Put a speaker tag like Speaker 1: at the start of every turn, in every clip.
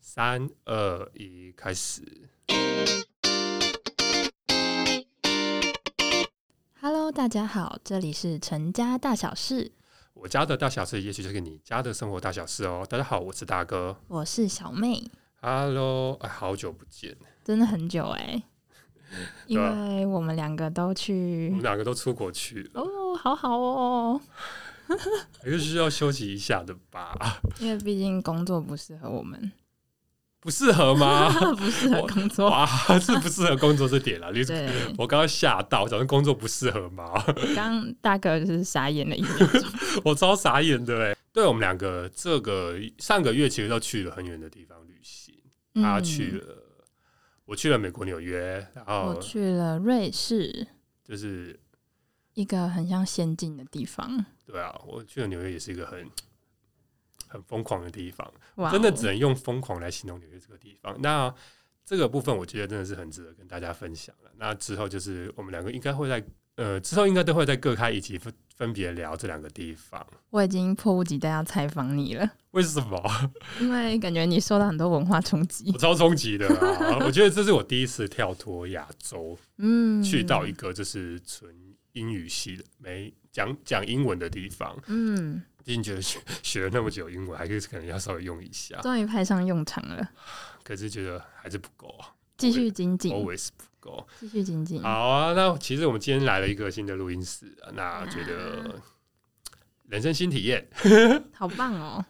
Speaker 1: 三二一，开始。
Speaker 2: Hello，大家好，这里是陈家大小事，
Speaker 1: 我家的大小事，也许就是你家的生活大小事哦。大家好，我是大哥。
Speaker 2: 我是小妹，
Speaker 1: Hello，哎，好久不见，
Speaker 2: 真的很久哎、因
Speaker 1: 对啊
Speaker 2: 为我们两个都
Speaker 1: 我们
Speaker 2: 去
Speaker 1: 两个都出国去了，
Speaker 2: 哦，好好哦，
Speaker 1: 还是需要休息一下的吧？
Speaker 2: 因为毕竟工作不适合我 们，
Speaker 1: 不适合 吗？
Speaker 2: 不适合工作，
Speaker 1: 哇，是不适合工作这点了。你
Speaker 2: 对，
Speaker 1: 我刚刚吓到，想说工作不适合吗？
Speaker 2: 刚大哥就是傻眼了一秒，
Speaker 1: 我超傻眼的哎。对我们两个这个上个月其实都去了很远的地方旅行， 他去
Speaker 2: 嗯，
Speaker 1: 了，哦我去了美国纽约，然后
Speaker 2: 我去了瑞士，
Speaker 1: 就是
Speaker 2: 一个很像仙境的地方，
Speaker 1: 对啊，我去了纽约也是一个很很疯狂的地方，
Speaker 2: 哇哦，
Speaker 1: 真的只能用疯狂来形容纽约这个地方。那这个部分我觉得真的是很值得跟大家分享了。那之后就是我们两个应该会在呃之后应该都会在各开一集分分别聊这两个地方。
Speaker 2: 我已经迫不及待要采访你了，
Speaker 1: 为什么？
Speaker 2: 因为感觉你受到很多文化冲击
Speaker 1: 我，超冲击的啊！我觉得这是我第一次跳脱亚洲，
Speaker 2: 嗯，
Speaker 1: 去到一个就是纯英语系的没讲讲英文的地方。
Speaker 2: 嗯。
Speaker 1: 毕竟觉得学 学了那么久英文，还是可能要稍微用一下，
Speaker 2: 终于派上用场了，
Speaker 1: 可是觉得还是不够啊
Speaker 2: 继续精进，
Speaker 1: ，always 不够。
Speaker 2: 继续精进。
Speaker 1: 好啊，那其实我们今天来了一个新的录音室啊，那觉得人生新体验
Speaker 2: 好棒哦，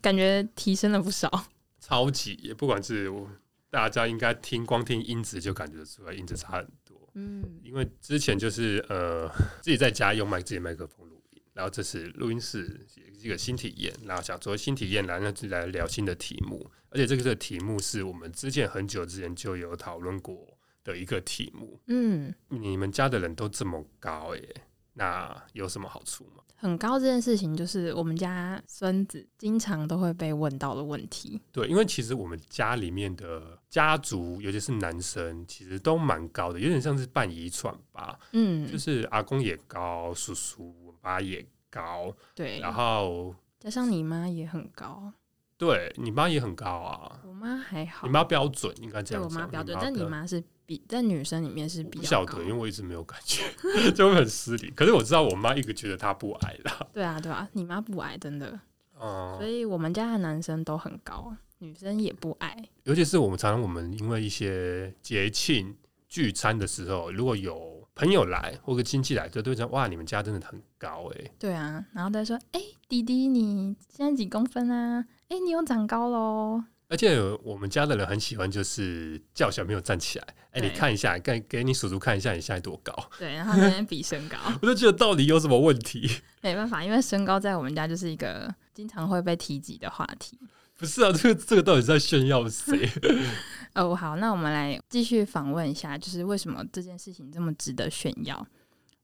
Speaker 2: 感觉提升了不少。
Speaker 1: 超级，不管是我大家应该听光听音质就感觉得出来，音质差很多。
Speaker 2: 嗯，
Speaker 1: 因为之前就是呃自己在家用麦自己麦克风录音，然后这次录音室也是一个新体验，然后想做新体验来那就来聊新的题目，而且这个这个题目是我们之前很久之前就有讨论过的一个题目。
Speaker 2: 嗯，
Speaker 1: 你们家的人都这么高诶、那有什么好处吗？
Speaker 2: 很高这件事情，就是我们家孙子经常都会被问到的问题。
Speaker 1: 对，因为其实我们家里面的家族，尤其是男生，其实都蛮高的，有点像是半遗传吧，
Speaker 2: 嗯，
Speaker 1: 就是阿公也高，叔叔、我爸也高，
Speaker 2: 对，
Speaker 1: 然后
Speaker 2: 加上你妈也很高，
Speaker 1: 对你妈也很高啊，
Speaker 2: 我妈还好，
Speaker 1: 你妈标准应该这
Speaker 2: 对
Speaker 1: 样
Speaker 2: 我
Speaker 1: 讲。
Speaker 2: 妈标准，但你妈是比在女生里面是
Speaker 1: 我
Speaker 2: 比
Speaker 1: 不
Speaker 2: 较
Speaker 1: 晓
Speaker 2: 高
Speaker 1: 得，。因为我一直没有感觉， 就会很失礼。可是我知道我妈一直觉得她不矮 啦，
Speaker 2: 对啊，对啊，你妈不矮，真的，所
Speaker 1: 嗯，
Speaker 2: 以我们家的男生都很高，女生也不矮。
Speaker 1: 尤其是我们常常我们因为一些节庆聚餐的时候，如果有朋友来或者亲戚来，就都会讲哇，你们家真的很高哎、
Speaker 2: 对啊，然后再说，哎、弟弟，你现在几公分啊？哎、你又长高喽。
Speaker 1: 而且我们家的人很喜欢，就是叫小朋友站起来，哎、你
Speaker 2: 对
Speaker 1: 看一下，给给你叔叔看一下，你现在多高？
Speaker 2: 对，然后在那边比身高，
Speaker 1: 我就觉得到底有什么问题？
Speaker 2: 没办法，因为身高在我们家就是一个经常会被提及的话题。
Speaker 1: 不是啊，这个这个到底在炫耀谁？
Speaker 2: 哦，好，那我们来继续访问一下，就是为什么这件事情这么值得炫耀？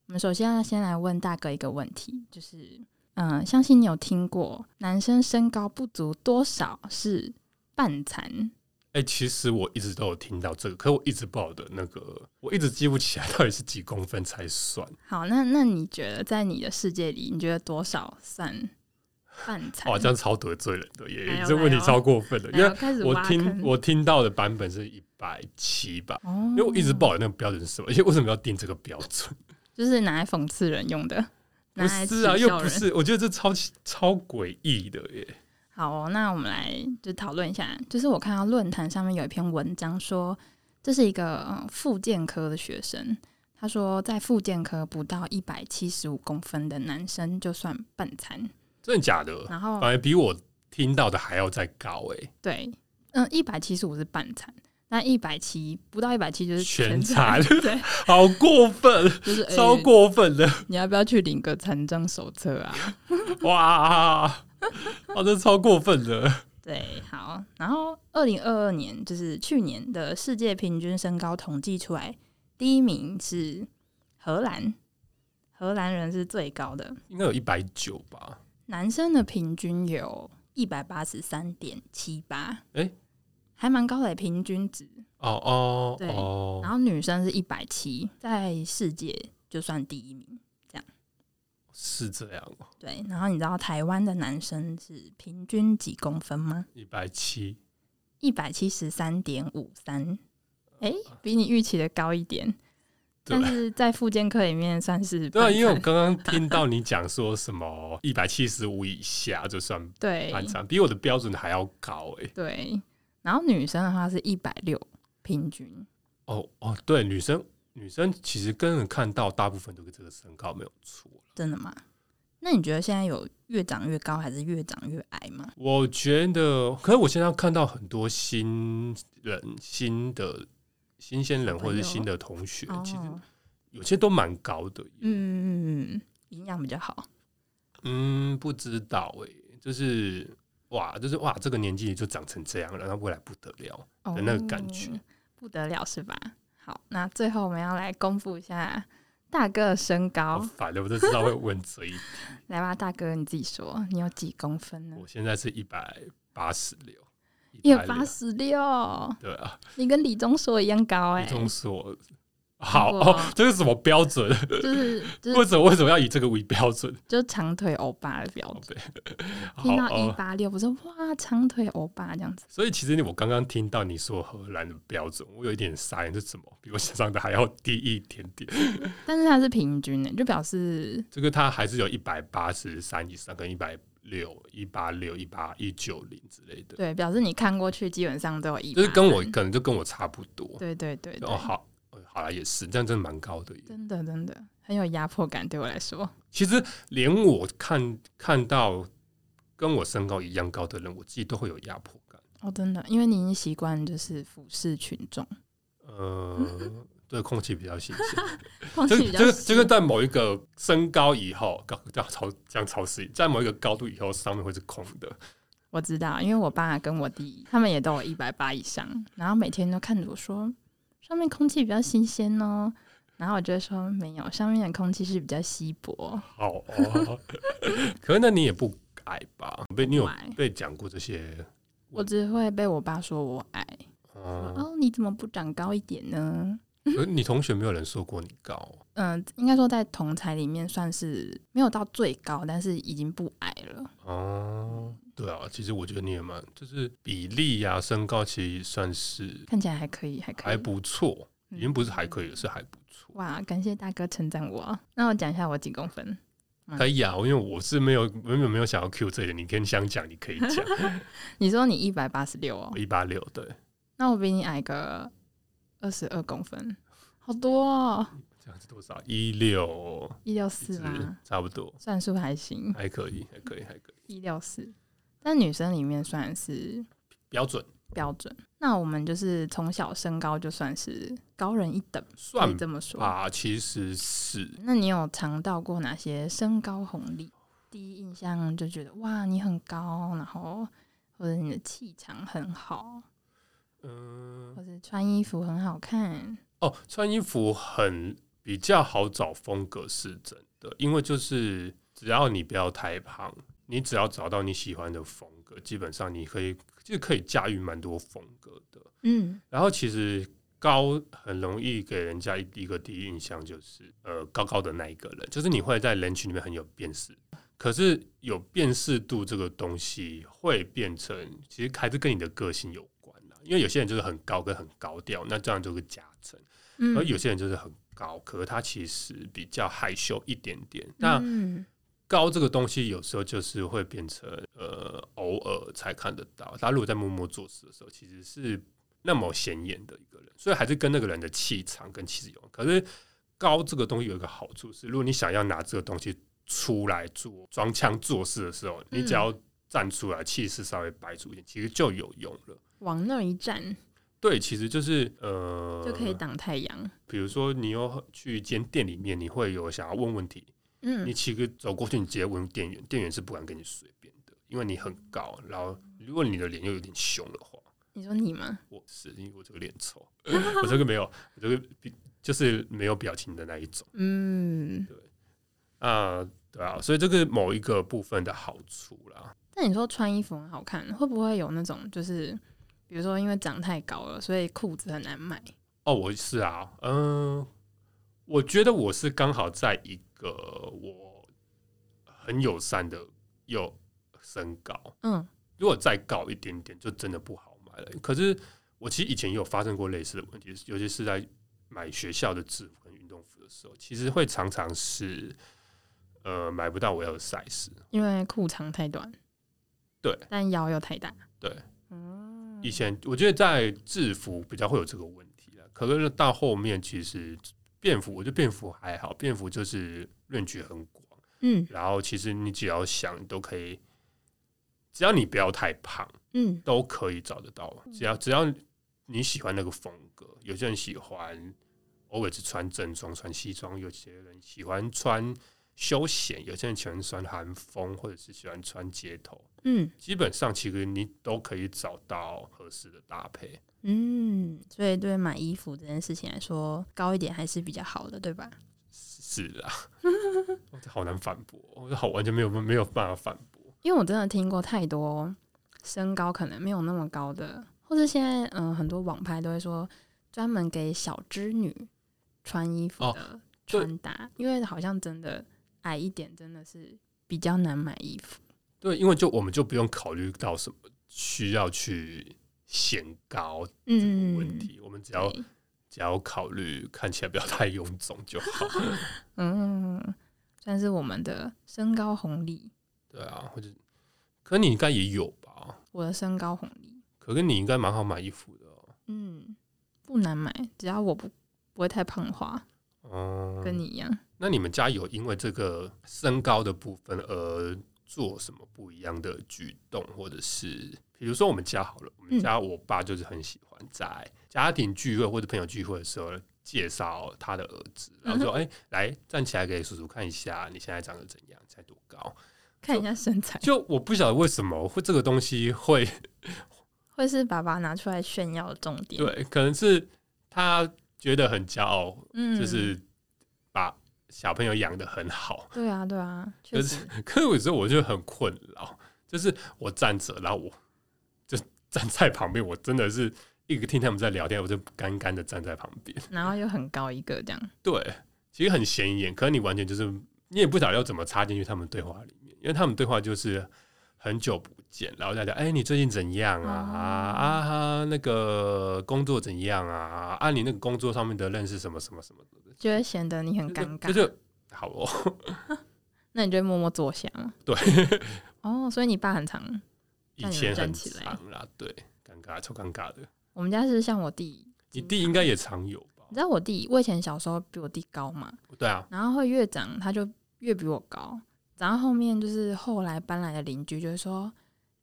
Speaker 2: 我们首先要先来问大哥一个问题，就是，嗯、相信你有听过男生身高不足多少是半残？
Speaker 1: 哎、其实我一直都有听到这个，可我一直不晓得那个，我一直记不起来到底是几公分才算。
Speaker 2: 好，那那你觉得在你的世界里，你觉得多少算半残？
Speaker 1: 哦哇，这样超得罪人的
Speaker 2: 来
Speaker 1: 耶！
Speaker 2: 哦
Speaker 1: 这问题超过分的，因
Speaker 2: 来哦
Speaker 1: 为
Speaker 2: 开始
Speaker 1: 我
Speaker 2: 挖
Speaker 1: 听
Speaker 2: 坑
Speaker 1: 我听到的版本是一百七吧，
Speaker 2: 哦
Speaker 1: 因为我一直不晓得那个标准是什么， 而且为什么要定这个标准？就是
Speaker 2: 拿来讽刺人用的，
Speaker 1: 不
Speaker 2: 拿来
Speaker 1: 是啊，
Speaker 2: 耻
Speaker 1: 又
Speaker 2: 笑
Speaker 1: 不
Speaker 2: 人
Speaker 1: 是，我觉得这超奇超诡异的耶。
Speaker 2: 好哦、那我们来就讨论一下，就是我看到论坛上面有一篇文章说，这是一个呃复健科的学生，他说在复健科不到一百七十五公分的男生就算半残，
Speaker 1: 真的假的？
Speaker 2: 然后
Speaker 1: 反而比我听到的还要再高哎，
Speaker 2: 对，嗯，一百七十五是半残，那一百七不到一百七就是
Speaker 1: 全
Speaker 2: 全残，
Speaker 1: 残
Speaker 2: 对，
Speaker 1: 好过分，
Speaker 2: 就是呃
Speaker 1: 超过分的。
Speaker 2: 你要不要去领个残障手册啊？
Speaker 1: 哇，哇，这超过分了！
Speaker 2: 对，好。然后，二零二二年就是去年的世界平均身高统计出来，第一名是荷兰，荷兰人是最高的，
Speaker 1: 应该有一百九吧？
Speaker 2: 男生的平均有一百八十三点七八，
Speaker 1: 诶
Speaker 2: 还蛮高的平均值。
Speaker 1: 哦哦
Speaker 2: 对然
Speaker 1: 哦，
Speaker 2: 后女生是一百七，在世界就算第一名。
Speaker 1: 是这样哦，
Speaker 2: 对，然后你知道台湾的男生是平均几公分吗？
Speaker 1: 一百七，
Speaker 2: 一百七十三点五三，哎，比你预期的高一点，
Speaker 1: 啊对
Speaker 2: 但是在复健科里面算是
Speaker 1: 对啊，
Speaker 2: 半
Speaker 1: 因为我
Speaker 2: 残
Speaker 1: 刚刚听到你讲说什么一百七十五以下就算
Speaker 2: 对
Speaker 1: 半残，比我的标准还要高哎、
Speaker 2: 对，然后女生的话是一百六平均，
Speaker 1: 哦哦，对，女生女生其实跟人看到大部分都是这个身高没有错。
Speaker 2: 真的吗？那你觉得现在有越长越高，还是越长越矮吗？
Speaker 1: 我觉得，可是我现在看到很多新人、新的新鲜人或者是新的同学，
Speaker 2: 哦，
Speaker 1: 其实
Speaker 2: 嗯
Speaker 1: 有些都蛮高的耶。
Speaker 2: 嗯嗯嗯，营养比较好，
Speaker 1: 嗯，不知道哎、就是哇，就是哇，这个年纪就长成这样了，那未来不得了。
Speaker 2: 哦
Speaker 1: 的那个感觉
Speaker 2: 不得了，是吧？好，那最后我们要来公布一下大哥的身
Speaker 1: 好
Speaker 2: 高，
Speaker 1: 烦的，我就知道会问这一题。
Speaker 2: 来吧，大哥，你自己说，你有几公分呢？
Speaker 1: 我现在是一百八十六，
Speaker 2: 一百
Speaker 1: 186
Speaker 2: 八，十六，
Speaker 1: 对啊，
Speaker 2: 你跟李钟硕一样高哎、
Speaker 1: 一中所好
Speaker 2: 如果
Speaker 1: 哦，这是什么标准？
Speaker 2: 就是就
Speaker 1: 为
Speaker 2: 是
Speaker 1: 什么为什么要以这个为标准？
Speaker 2: 就长腿欧巴的标准。
Speaker 1: 哦好
Speaker 2: 听到一
Speaker 1: 哦，
Speaker 2: 八六，不是哇，长腿欧巴这样子，
Speaker 1: 所以其实你我刚刚听到你说荷兰的标准，我有一点傻眼，这怎么比我想象的还要低一点点？
Speaker 2: 但是它是平均的、就表示
Speaker 1: 这个它还是有一百八十三以上跟一百六、一八六、一八一九零之类的，
Speaker 2: 对，表示你看过去基本上都有一，
Speaker 1: 就是跟我可能就跟我差不多。
Speaker 2: 对对对对，
Speaker 1: 哦，好，呃好了，也是，这样真的蛮高的耶。
Speaker 2: 真的真的很有压迫感，对我来说，
Speaker 1: 其实连我看看到跟我身高一样高的人，我自己都会有压迫感。
Speaker 2: 哦，真的，因为你已经习惯就是俯视群众，
Speaker 1: 呃， 对，空气比较新鲜。
Speaker 2: 空
Speaker 1: 这个
Speaker 2: 气比较
Speaker 1: 这个
Speaker 2: 细
Speaker 1: 这个在某一个升高以后，高这样超这样超市，在某一个高度以后，上面会是空的。
Speaker 2: 我知道，因为我爸跟我弟他们也都有一百八以上，然后每天都看着我说上面空气比较新鲜哦，然后我就会说没有，上面的空气是比较稀薄。
Speaker 1: 好哦， 可是那你也不矮吧？被你有
Speaker 2: 不矮
Speaker 1: 被讲过这些？
Speaker 2: 我只会被我爸说我矮，
Speaker 1: 嗯，
Speaker 2: 哦，你怎么不长高一点呢？
Speaker 1: 可是你同学没有人说过你高哦，
Speaker 2: 嗯、应该说在同才里面算是没有到最高，但是已经不矮了。
Speaker 1: 哦对啊，其实我觉得你也蛮，就是比例呀、身高其实算是
Speaker 2: 看起来还可以，还可以，
Speaker 1: 还不错，
Speaker 2: 嗯
Speaker 1: 已经不是还可
Speaker 2: 以。
Speaker 1: 以了，是还不错。
Speaker 2: 哇，感谢大哥称赞我。那我讲一下我几公分。嗯
Speaker 1: 可以啊，因为我是没有原本没有想要 Q 这一点，你跟想讲，你可以讲
Speaker 2: 你说你一百八十六哦，
Speaker 1: 一八六对，
Speaker 2: 那我比你矮个二十二公分，好多哦，
Speaker 1: 这样是多少？啊一六
Speaker 2: 一六四
Speaker 1: 是
Speaker 2: 吗？嗯
Speaker 1: 差不多，
Speaker 2: 算数还行，
Speaker 1: 还可以，还可以，还可以，
Speaker 2: 一六四，但女生里面算是
Speaker 1: 标准
Speaker 2: 标准。那我们就是从小身高就算是高人一等，可以
Speaker 1: 算
Speaker 2: 这么说。
Speaker 1: 吧，其实是
Speaker 2: 那你有尝到过哪些身高红利？第一印象就觉得哇，你很高，然后或者你的气场很好，
Speaker 1: 嗯
Speaker 2: 或者穿衣服很好看，
Speaker 1: 哦，穿衣服很比较好找风格是真的，因为就是只要你不要太胖，你只要找到你喜欢的风格，基本上你可以就可以驾驭蛮多风格的。
Speaker 2: 嗯，
Speaker 1: 然后其实高很容易给人家一一个第一印象就是，呃，高高的那一个人，就是你会在人群里面很有辨识。可是有辨识度这个东西会变成，其实还是跟你的个性有关啦。因为有些人就是很高跟很高调，那这样就是加成；
Speaker 2: 嗯
Speaker 1: 而有些人就是很高，可是他其实比较害羞一点点。那
Speaker 2: 嗯
Speaker 1: 高这个东西有时候就是会变成呃偶尔才看得到，他如果在默默做事的时候，其实是那么显眼的一个人，所以还是跟那个人的气场跟气质有关。可是高这个东西有一个好处是，如果你想要拿这个东西出来做装腔作势的时候，你只要
Speaker 2: 嗯
Speaker 1: 站出来，气势稍微摆出一点，其实就有用了。
Speaker 2: 往那一站
Speaker 1: 对，其实就是呃，
Speaker 2: 就可以挡太阳。
Speaker 1: 比如说你有去一间店里面，你会有想要问问题，
Speaker 2: 嗯
Speaker 1: 你骑个走过去，你直接问店员，店员是不敢跟你随便的，因为你很高，然后如果你的脸又有点凶的话，
Speaker 2: 你说你吗？
Speaker 1: 我是因为我这个脸丑，我这个没有，我这个比就是没有表情的那一种
Speaker 2: 嗯，
Speaker 1: 啊、对啊，所以这个某一个部分的好处啦，
Speaker 2: 那你说穿衣服很好看，会不会有那种就是，比如说因为长太高了，所以裤子很难买？
Speaker 1: 哦，我是啊，嗯、我觉得我是刚好在一个我很友善的又身高，
Speaker 2: 嗯，
Speaker 1: 如果再高一点点，就真的不好买。来了。可是我其实以前也有发生过类似的问题，尤其是在买学校的制服跟运动服的时候，其实会常常是呃买不到我要的 size。
Speaker 2: 因为裤长太短，
Speaker 1: 对，
Speaker 2: 但腰又太大，
Speaker 1: 对，
Speaker 2: 嗯，
Speaker 1: 以前我觉得在制服比较会有这个问题了，可是到后面其实便服，我觉得便服还好，便服就是论据很广，
Speaker 2: 嗯
Speaker 1: 然后其实你只要想你都可以，只要你不要太胖，
Speaker 2: 嗯
Speaker 1: 都可以找得到。啊只要只要你喜欢那个风格，有些人喜欢 always 穿正装、穿西装，有些人喜欢穿休闲，有些人喜欢穿韩风，或者是喜欢穿街头。
Speaker 2: 嗯
Speaker 1: 基本上其实你都可以找到合适的搭配。
Speaker 2: 嗯，所以对买衣服这件事情来说，高一点还是比较好的，对吧？
Speaker 1: 是啊，我这好难反驳，我这好完全没有没有办法反驳。
Speaker 2: 因为我真的听过太多身高可能没有那么高的，或是现在嗯、呃很多网拍都会说专门给小织女穿衣服
Speaker 1: 哦
Speaker 2: 的
Speaker 1: 对
Speaker 2: 穿搭，因为好像真的矮一点真的是比较难买衣服。
Speaker 1: 对，因为就我们就不用考虑到什么需要去显高这个
Speaker 2: 嗯，
Speaker 1: 问题，我们只要
Speaker 2: 对
Speaker 1: 只要考虑看起来不要太臃肿就好。
Speaker 2: 嗯，算是我们的身高红利，
Speaker 1: 对啊，或者，可你应该也有吧？
Speaker 2: 我的身高红利，
Speaker 1: 可跟你应该蛮好买衣服的哦。
Speaker 2: 嗯，不难买，只要我不不会太胖的话，
Speaker 1: 哦、
Speaker 2: 跟你一样。
Speaker 1: 那你们家有因为这个身高的部分而做什么不一样的举动，或者是比如说我们家好了，我们
Speaker 2: 嗯
Speaker 1: 家我爸就是很喜欢在家庭聚会或者朋友聚会的时候介绍他的儿子，然
Speaker 2: 嗯
Speaker 1: 后说：“哎、来站起来给叔叔看一下，你现在长得怎样，现在多高
Speaker 2: 看一下身材？”，
Speaker 1: 就我不晓得为什么会这个东西会
Speaker 2: 会是爸爸拿出来炫耀的重点。，
Speaker 1: 对，可能是他觉得很骄傲，
Speaker 2: 嗯，
Speaker 1: 就是把小朋友养得很好，
Speaker 2: 对啊，对啊，确
Speaker 1: 可
Speaker 2: 实
Speaker 1: 是，可是有时候我就很困扰，就是我站着，然后我 就站在旁边，我真的是一个听他们在聊天，我就干干的站在旁边。
Speaker 2: 然后又很高一个这样。
Speaker 1: 对，其实很显眼，可是你完全就是你也不晓得要怎么插进去他们对话里面，因为他们对话就是很久不见，然后大家哎、你最近怎样啊？
Speaker 2: 哦
Speaker 1: 啊哈，那个工作怎样啊？啊，你那个工作上面的认识什么什么什么的，
Speaker 2: 就会显得你很尴尬。
Speaker 1: 就就好哦。
Speaker 2: 那你就会默默坐下吗？
Speaker 1: 对。
Speaker 2: 哦，所以你爸很常，
Speaker 1: 以前很
Speaker 2: 站起来
Speaker 1: 长啦，对，尴尬，超尴尬的。
Speaker 2: 我们家是像我弟，
Speaker 1: 你
Speaker 2: 经
Speaker 1: 弟应
Speaker 2: 常
Speaker 1: 该也常有吧
Speaker 2: 你？知道我弟，我以前小时候比我弟高嘛，
Speaker 1: 对啊，
Speaker 2: 然后会越长他就越比我高，然后后面就是后来搬来的邻居就会说，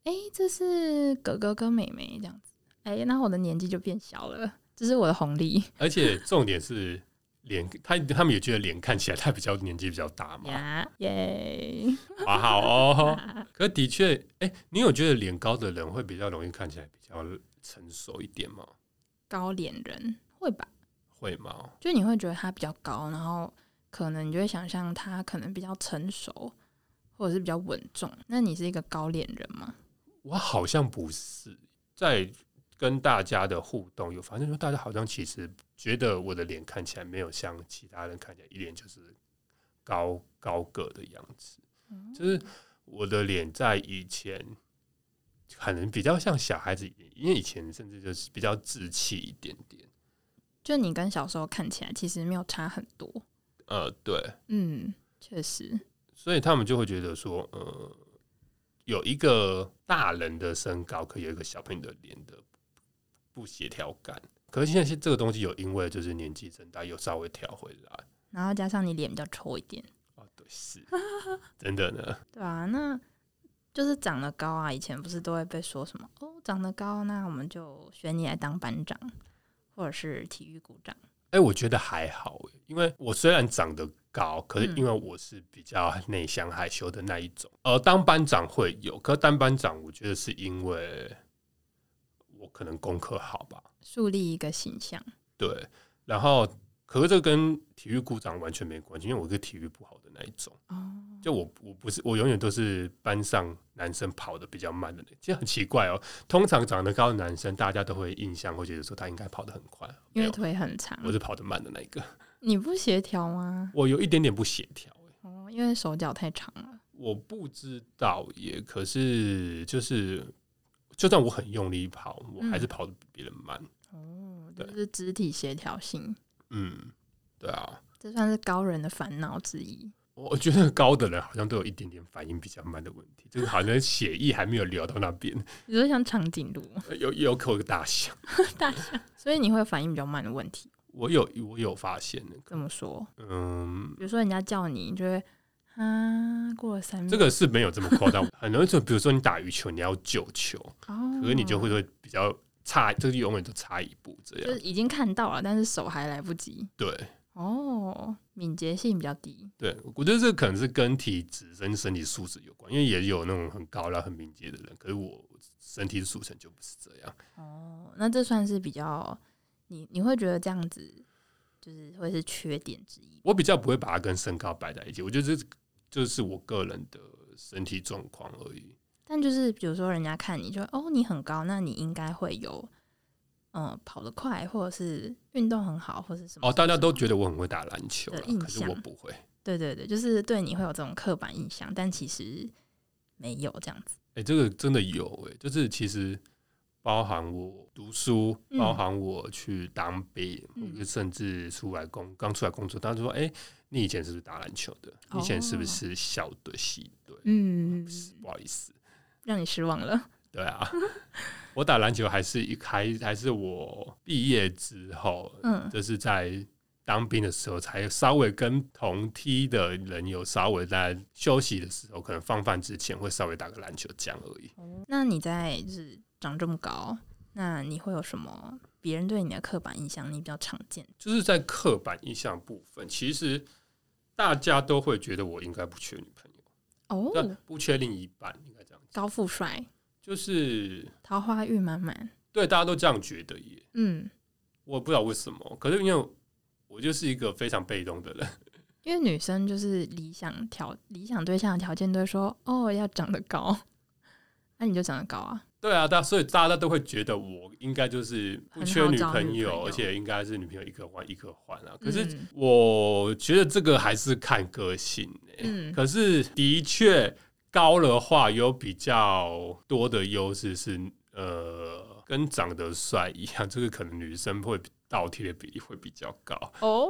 Speaker 2: 哎、这是哥哥跟妹妹这样子，哎、那我的年纪就变小了，这是我的红利
Speaker 1: 而且重点是脸，他他们也觉得脸看起来他比较年纪比较大嘛，
Speaker 2: 呀耶！
Speaker 1: 啊好哦。可的确，哎、你有觉得脸高的人会比较容易看起来比较成熟一点吗？
Speaker 2: 高脸人会吧？
Speaker 1: 会吗？
Speaker 2: 就你会觉得他比较高，然后可能你就会想象他可能比较成熟，或者是比较稳重。那你是一个高脸人吗？
Speaker 1: 我好像不是，在跟大家的互动有发现说，大家好像其实觉得我的脸看起来没有像其他人看起来一脸就是高高个的样子，就是我的脸在以前可能比较像小孩子一点，因为以前甚至就是比较稚气一点点。
Speaker 2: 就你跟小时候看起来其实没有差很多。
Speaker 1: 呃，对，
Speaker 2: 嗯，确实，
Speaker 1: 所以他们就会觉得说，呃，有一个大人的身高，可以有一个小朋友的脸的不协调感。可是现在这个东西有因为就是年纪增大，有稍微调回来
Speaker 2: 然后加上你脸比较臭一点，
Speaker 1: 啊，对，是真的呢。
Speaker 2: 对啊，那就是长得高啊，以前不是都会被说什么哦，长得高，那我们就选你来当班长，或者是体育股长。
Speaker 1: 哎、我觉得还好欸，因为我虽然长得高，可是
Speaker 2: 嗯
Speaker 1: 因为我是比较内向害羞的那一种，呃，当班长会有，可是当班长我觉得是因为我可能功课好吧，
Speaker 2: 树立一个形象，
Speaker 1: 对，然后可是这跟体育股长完全没关系，因为我是体育不好的那一种，
Speaker 2: 哦，
Speaker 1: 就我我不是我永远都是班上男生跑的比较慢的那，其实很奇怪哦。通常长得高的男生，大家都会印象会觉得说他应该跑得很快，啊没
Speaker 2: 因为
Speaker 1: 有，
Speaker 2: 腿很长，
Speaker 1: 我是跑得慢的那一个，
Speaker 2: 你不协调吗？
Speaker 1: 我有一点点不协调、欸
Speaker 2: 哦，因为手脚太长了。
Speaker 1: 我不知道耶，可是就是就算我很用力跑，我还是
Speaker 2: 嗯
Speaker 1: 跑得比别人慢。
Speaker 2: 哦，
Speaker 1: 对
Speaker 2: 就是肢体协调性，
Speaker 1: 嗯，对啊，
Speaker 2: 这算是高人的烦恼之一。
Speaker 1: 我 我觉得高的人好像都有一点点反应比较慢的问题，就是好像血液还没有流到那边，
Speaker 2: 你说像长颈鹿、
Speaker 1: 有有口大响。
Speaker 2: 大象，所以你会反应比较慢的问题。
Speaker 1: 我有我有发现那个，
Speaker 2: 这么说，
Speaker 1: 嗯，
Speaker 2: 比如说人家叫你，你就会啊，过了三秒，
Speaker 1: 这个是没有这么夸张。很多时候，比如说你打羽球，你要救球，
Speaker 2: 哦，
Speaker 1: 可是你就会会比较差，就是永远都差一步这
Speaker 2: 就是
Speaker 1: 样。
Speaker 2: 已经看到了，但是手还来不及。
Speaker 1: 对
Speaker 2: 哦，敏捷性比较低。
Speaker 1: 对，我觉得这可能是跟体质跟身体素质有关，因为也有那种很高啦、很敏捷的人，可是我身体素质就不是这样。
Speaker 2: 哦，那这算是比较，你你会觉得这样子就是会是缺点之一。
Speaker 1: 我比较不会把它跟身高摆在一起，我觉得这就是我个人的身体状况而已。
Speaker 2: 但就是比如说人家看你就哦你很高，那你应该会有嗯、呃跑得快，或者是运动很好，或是什么
Speaker 1: 哦，大家都
Speaker 2: 得
Speaker 1: 觉得我很会打篮球啦
Speaker 2: 的印，
Speaker 1: 可是
Speaker 2: 象
Speaker 1: 我不会。
Speaker 2: 对对对，就是对你会有这种刻板印象，但其实没有这样子。
Speaker 1: 哎、这个真的有哎、就是其实包含我读书，
Speaker 2: 嗯
Speaker 1: 包含我去当兵，
Speaker 2: 嗯
Speaker 1: 或者甚至出来工，刚出来工作，他就说：“哎、你以前是不是打篮球的？你以前是不是校队、系队？”
Speaker 2: 哦嗯，
Speaker 1: 不好意思，
Speaker 2: 让你失望了。
Speaker 1: 对啊， 我打篮球还是一开，还是我毕业之后，
Speaker 2: 嗯，
Speaker 1: 就是在。当兵的时候，才稍微跟同梯的人有稍微在休息的时候，可能放饭之前会稍微打个篮球这样而已。
Speaker 2: 那你在就是长这么高，那你会有什么别人对你的刻板印象？你比较常见
Speaker 1: 就是在刻板印象部分，其实大家都会觉得我应该不缺女朋友，但
Speaker 2: 哦，
Speaker 1: 不缺另一半，应该这样讲，
Speaker 2: 高富帅，
Speaker 1: 就是
Speaker 2: 桃花运满满。
Speaker 1: 对大家都这样觉得耶。
Speaker 2: 嗯，
Speaker 1: 我不知道为什么，可是因为我就是一个非常被动的人，
Speaker 2: 因为女生就是理想条理想对象的条件都会说哦要长得高，那、你就长得高啊。
Speaker 1: 对啊，大所以大家都会觉得我应该就是不缺
Speaker 2: 很好
Speaker 1: 女
Speaker 2: 找
Speaker 1: 朋
Speaker 2: 女朋
Speaker 1: 友，
Speaker 2: 友
Speaker 1: 而且应该是女朋友一个换一个换啊。可是
Speaker 2: 嗯
Speaker 1: 我觉得这个还是看个性耶
Speaker 2: 嗯
Speaker 1: 可是的确高的话，有比较多的优势是呃，跟长得帅一样，这个可能女生会倒贴的比例会比较高，
Speaker 2: 哦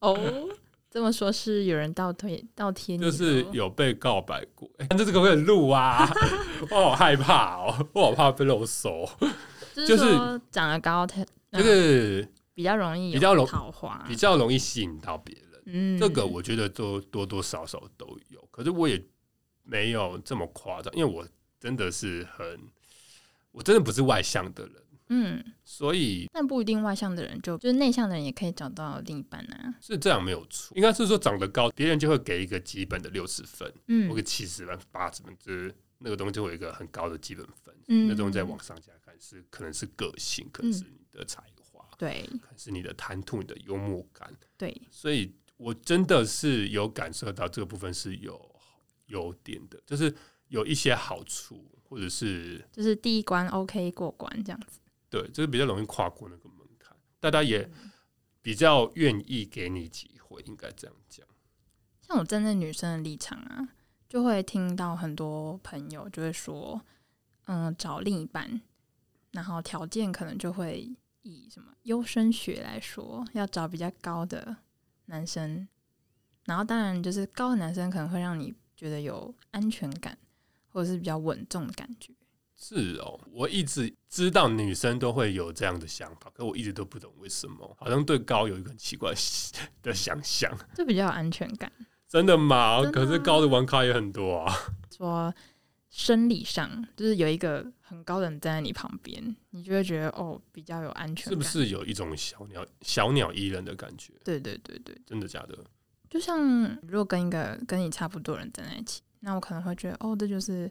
Speaker 2: 哦， 这么说是有人倒推倒贴你
Speaker 1: 就
Speaker 2: 了，
Speaker 1: 是有被告白过。哎但是这个会很露啊， 我好害怕哦，我好怕被露 手，
Speaker 2: 就
Speaker 1: 就是是
Speaker 2: 说长得高，他
Speaker 1: 就是
Speaker 2: 比较容易有
Speaker 1: 比较容
Speaker 2: 桃花，
Speaker 1: 比较容易吸引到别人。
Speaker 2: 嗯，
Speaker 1: 这个我觉得都多多少少都有，可是我也没有这么夸张，因为我真的是很，我真的不是外向的人，
Speaker 2: 嗯，
Speaker 1: 所以
Speaker 2: 但不一定外向的人就就是内向的人也可以找到另一半啊。
Speaker 1: 是这样没有错，应该是说长得高，别人就会给一个基本的六十分，
Speaker 2: 嗯
Speaker 1: 或者七十分、八十分，就是那个东西就会有一个很高的基本分。
Speaker 2: 嗯
Speaker 1: 那东西再往上加看，是可能是个性，可能是你的才华，
Speaker 2: 对
Speaker 1: 可能是你的谈吐、你的幽默感。
Speaker 2: 对，
Speaker 1: 所以我真的是有感受到这个部分是有优点的，就是有一些好处，或者是
Speaker 2: 就是第一关 OK 过关这样子。
Speaker 1: 对，就是比较容易跨过那个门槛，大家也
Speaker 2: 嗯
Speaker 1: 比较愿意给你机会，应该这样讲。
Speaker 2: 像我站在女生的立场啊，就会听到很多朋友就会说，嗯，找另一半，然后条件可能就会以什么优生学来说，要找比较高的男生，然后当然就是高的男生可能会让你觉得有安全感，或者是比较稳重的感觉。
Speaker 1: 是哦，我一直知道女生都会有这样的想法，可我一直都不懂为什么，好像对高有一个很奇怪的想象。
Speaker 2: 就比较有安全感。
Speaker 1: 真的吗？
Speaker 2: 真的啊
Speaker 1: 可是高的玩咖也很多啊。
Speaker 2: 说生理上，就是有一个很高的人站在你旁边，你就会觉得哦，比较有安全
Speaker 1: 是
Speaker 2: 感，
Speaker 1: 不？是有一种小鸟小鸟依人的感觉？
Speaker 2: 对对对对，
Speaker 1: 真的假的？
Speaker 2: 就像如果跟一个跟你差不多的人站在一起，那我可能会觉得哦，这就是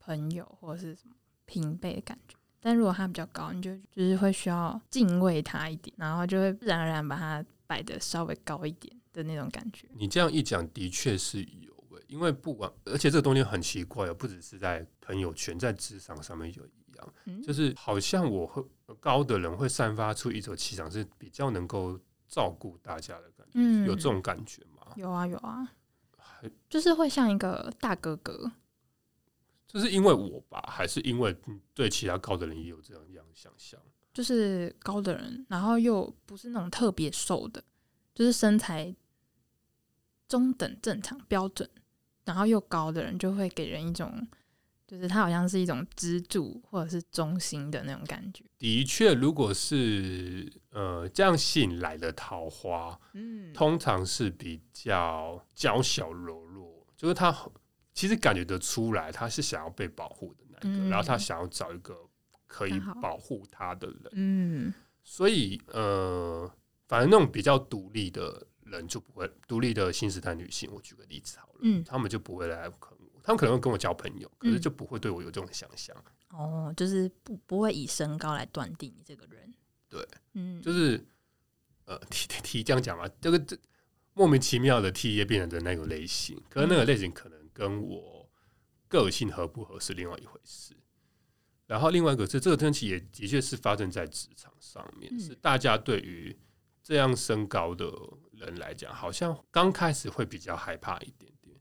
Speaker 2: 朋友或者是什么平辈的感觉。但如果他比较高，你就就是会需要敬畏他一点，然后就会自然而然把他摆的稍微高一点的那种感觉。
Speaker 1: 你这样一讲，的确是有诶、因为不管，而且这个东西很奇怪哦，不只是在朋友圈，在职场上面有一样，
Speaker 2: 嗯，
Speaker 1: 就是好像我会高的人会散发出一种气场，是比较能够照顾大家的感觉，
Speaker 2: 嗯
Speaker 1: 有这种感觉吗？
Speaker 2: 有啊有啊，
Speaker 1: 还
Speaker 2: 就是会像一个大哥哥，
Speaker 1: 这是因为我吧，还是因为嗯对其他高的人也有这样一样想象？
Speaker 2: 就是高的人，然后又不是那种特别瘦的，就是身材中等、正常、标准，然后又高的人，就会给人一种，就是他好像是一种支柱或者是中心的那种感觉。
Speaker 1: 的确，如果是呃这样吸引来的桃花，
Speaker 2: 嗯，
Speaker 1: 通常是比较娇小柔弱，就是他其实感觉得出来，他是想要被保护的那一个，
Speaker 2: 嗯
Speaker 1: 然后他想要找一个可以
Speaker 2: 刚好
Speaker 1: 保护他的人。
Speaker 2: 嗯，
Speaker 1: 所以呃，反正那种比较独立的人就不会，独立的新时代女性，我举个例子好了，
Speaker 2: 嗯
Speaker 1: 他们就不会来可能，他们可能会跟我交朋友，可是
Speaker 2: 嗯
Speaker 1: 就不会对我有这种想象。
Speaker 2: 哦，就是不不会以身高来断定你这个人。
Speaker 1: 对，
Speaker 2: 嗯，
Speaker 1: 就是呃，提提提这样讲嘛，这个这莫名其妙的 T 也变成的那个类型，可是那个类型可能跟我个性合不合是另外一回事。然后另外一个是这个东西也的确是发生在职场上面，
Speaker 2: 嗯
Speaker 1: 是大家对于这样身高的人来讲，好像刚开始会比较害怕一点点。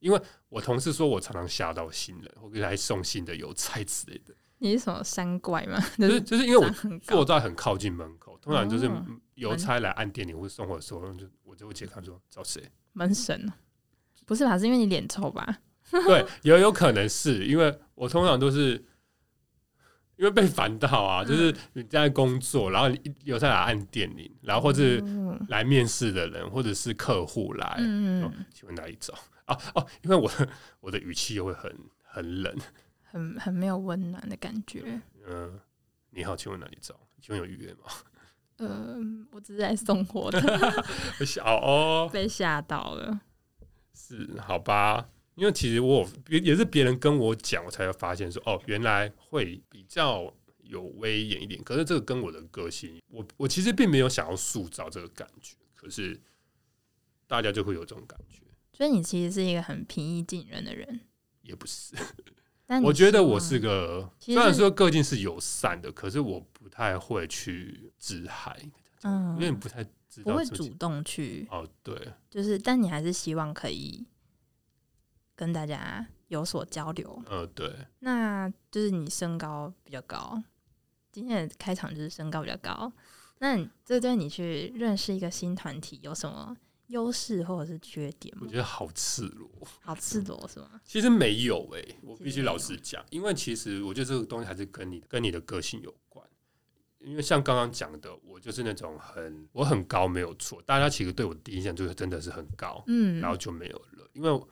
Speaker 1: 因为我同事说我常常吓到新人，我给他送信的邮差之类的，
Speaker 2: 你是什么山怪吗？
Speaker 1: 就
Speaker 2: 就
Speaker 1: 是
Speaker 2: 是
Speaker 1: 就是因为我
Speaker 2: 长很高
Speaker 1: 坐在很靠近门口，通常就是嗯
Speaker 2: 哦
Speaker 1: 邮差来按电铃或送货的时候，就我就会接看说找 谁。
Speaker 2: 门神哦，不是吧？是因为你脸臭吧？
Speaker 1: 对，有有可能是因为我通常都是因为被烦到啊，
Speaker 2: 嗯
Speaker 1: 就是你在工作，然后你一邮差来按电铃，然后啊或者
Speaker 2: 哦
Speaker 1: 来面试的人或者是客户来，
Speaker 2: 嗯
Speaker 1: 哦，请问哪里找？啊哦，因为我的我的语气又会很很冷，
Speaker 2: 很很没有温暖的感觉。
Speaker 1: 嗯、你好，请问哪里找？请问有预约吗？
Speaker 2: 呃，我只是在送货的，
Speaker 1: 我想哦，
Speaker 2: 被吓到了。
Speaker 1: 是好吧？因为其实我有别也是别人跟我讲，我才会发现说，哦，原来会比较有威严一点。可是这个跟我的个性，我我其实并没有想要塑造这个感觉，可是大家就会有这种感觉，
Speaker 2: 所以你其实是一个很平易近人的人，
Speaker 1: 也不是。
Speaker 2: 但你
Speaker 1: 我觉得
Speaker 2: 希望
Speaker 1: 我是个
Speaker 2: 其
Speaker 1: 虽
Speaker 2: 实
Speaker 1: 然
Speaker 2: 是
Speaker 1: 说个性是友善的，可是我不太会去自嗨，
Speaker 2: 嗯
Speaker 1: 因为你不太知
Speaker 2: 不
Speaker 1: 道
Speaker 2: 会
Speaker 1: 自
Speaker 2: 主
Speaker 1: 己。
Speaker 2: 动去，
Speaker 1: 哦，对，
Speaker 2: 就是但你还是希望可以跟大家有所交流。
Speaker 1: 呃，对，
Speaker 2: 那就是你身高比较高，今天的开场就是身高比较高。那你这对你去认识一个新团体有什么优势或者是缺点
Speaker 1: 我
Speaker 2: 吗
Speaker 1: 觉？得好赤裸。
Speaker 2: 好赤裸是吗？
Speaker 1: 其实没有诶、我必
Speaker 2: 其实
Speaker 1: 须
Speaker 2: 没有
Speaker 1: 老实讲，因为其实我觉得这个东西还是跟你跟你的个性有关。因为像刚刚讲的，我就是那种很我很高没有错，大家其实对我的第一印象就是真的是很高，
Speaker 2: 嗯，
Speaker 1: 然后就没有了。因为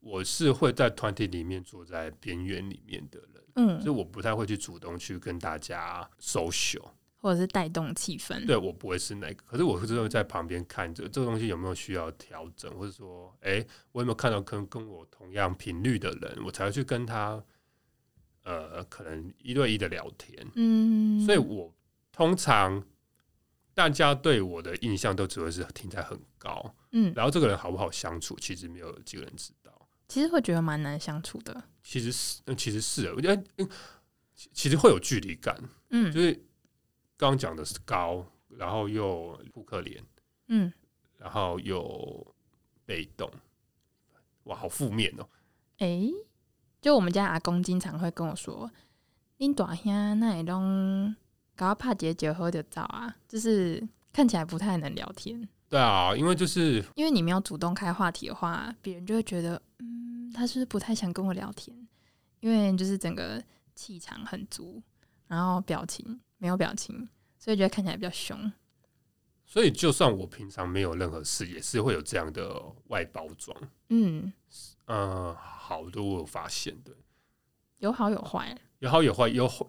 Speaker 1: 我是会在团体里面坐在边缘里面的人，所以
Speaker 2: 嗯，
Speaker 1: 我不太会去主动去跟大家 social。
Speaker 2: 或者是带动气氛。
Speaker 1: 对我不会是那个，可是我是会在旁边看着这个东西有没有需要调整，或者说，哎、我有没有看到跟跟我同样频率的人，我才会去跟他，呃，可能一对一的聊天。
Speaker 2: 嗯，
Speaker 1: 所以我通常大家对我的印象都只会是停在很高，
Speaker 2: 嗯，
Speaker 1: 然后这个人好不好相处，其实没有几个人知道。
Speaker 2: 其实会觉得蛮难相处的。
Speaker 1: 其实是，嗯其实是，我觉得，嗯其其实会有距离感，
Speaker 2: 嗯
Speaker 1: 就是刚刚讲的是高，然后又扑克脸。
Speaker 2: 嗯，
Speaker 1: 然后又被动，哇，好负面哦、
Speaker 2: 诶、就我们家阿公经常会跟我说：“恁大兄那会拢搞怕结结喝就走啊，就是看起来不太能聊天，
Speaker 1: 对啊，因为就是
Speaker 2: 因为你没有主动开话题的话，别人就会觉得，嗯，他是不是不太想跟我聊天？因为就是整个气场很足，然后表情没有表情，所以觉得看起来比较凶。
Speaker 1: 所以就算我平常没有任何事，也是会有这样的外包装。
Speaker 2: 嗯，
Speaker 1: 嗯，好的，我有发现，对，
Speaker 2: 有好有坏。
Speaker 1: 有好有坏，有好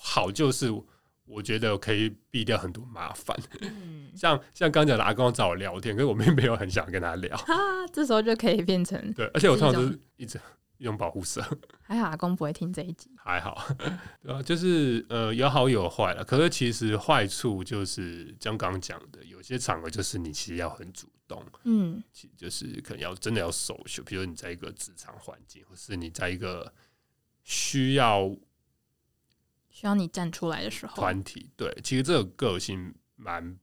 Speaker 1: 好就是我觉得可以避掉很多麻烦，
Speaker 2: 嗯，
Speaker 1: 像像刚讲的阿公找我聊天，可是我并没有很想跟他聊，
Speaker 2: 哈，这时候就可以变成
Speaker 1: 对，而且我通常
Speaker 2: 是一
Speaker 1: 都
Speaker 2: 种
Speaker 1: 是一直一种保护色，
Speaker 2: 还好阿公不会听这一集。
Speaker 1: 还好， 对啊，就是呃有好有坏了。可是其实坏处就是像刚刚讲的，有些场合就是你其实要很主动，
Speaker 2: 嗯
Speaker 1: 其就是可能要真的要守秀，比如你在一个职场环境，或是你在一个需要，
Speaker 2: 需要你站出来的时候，
Speaker 1: 团体，对，其实这个个性蛮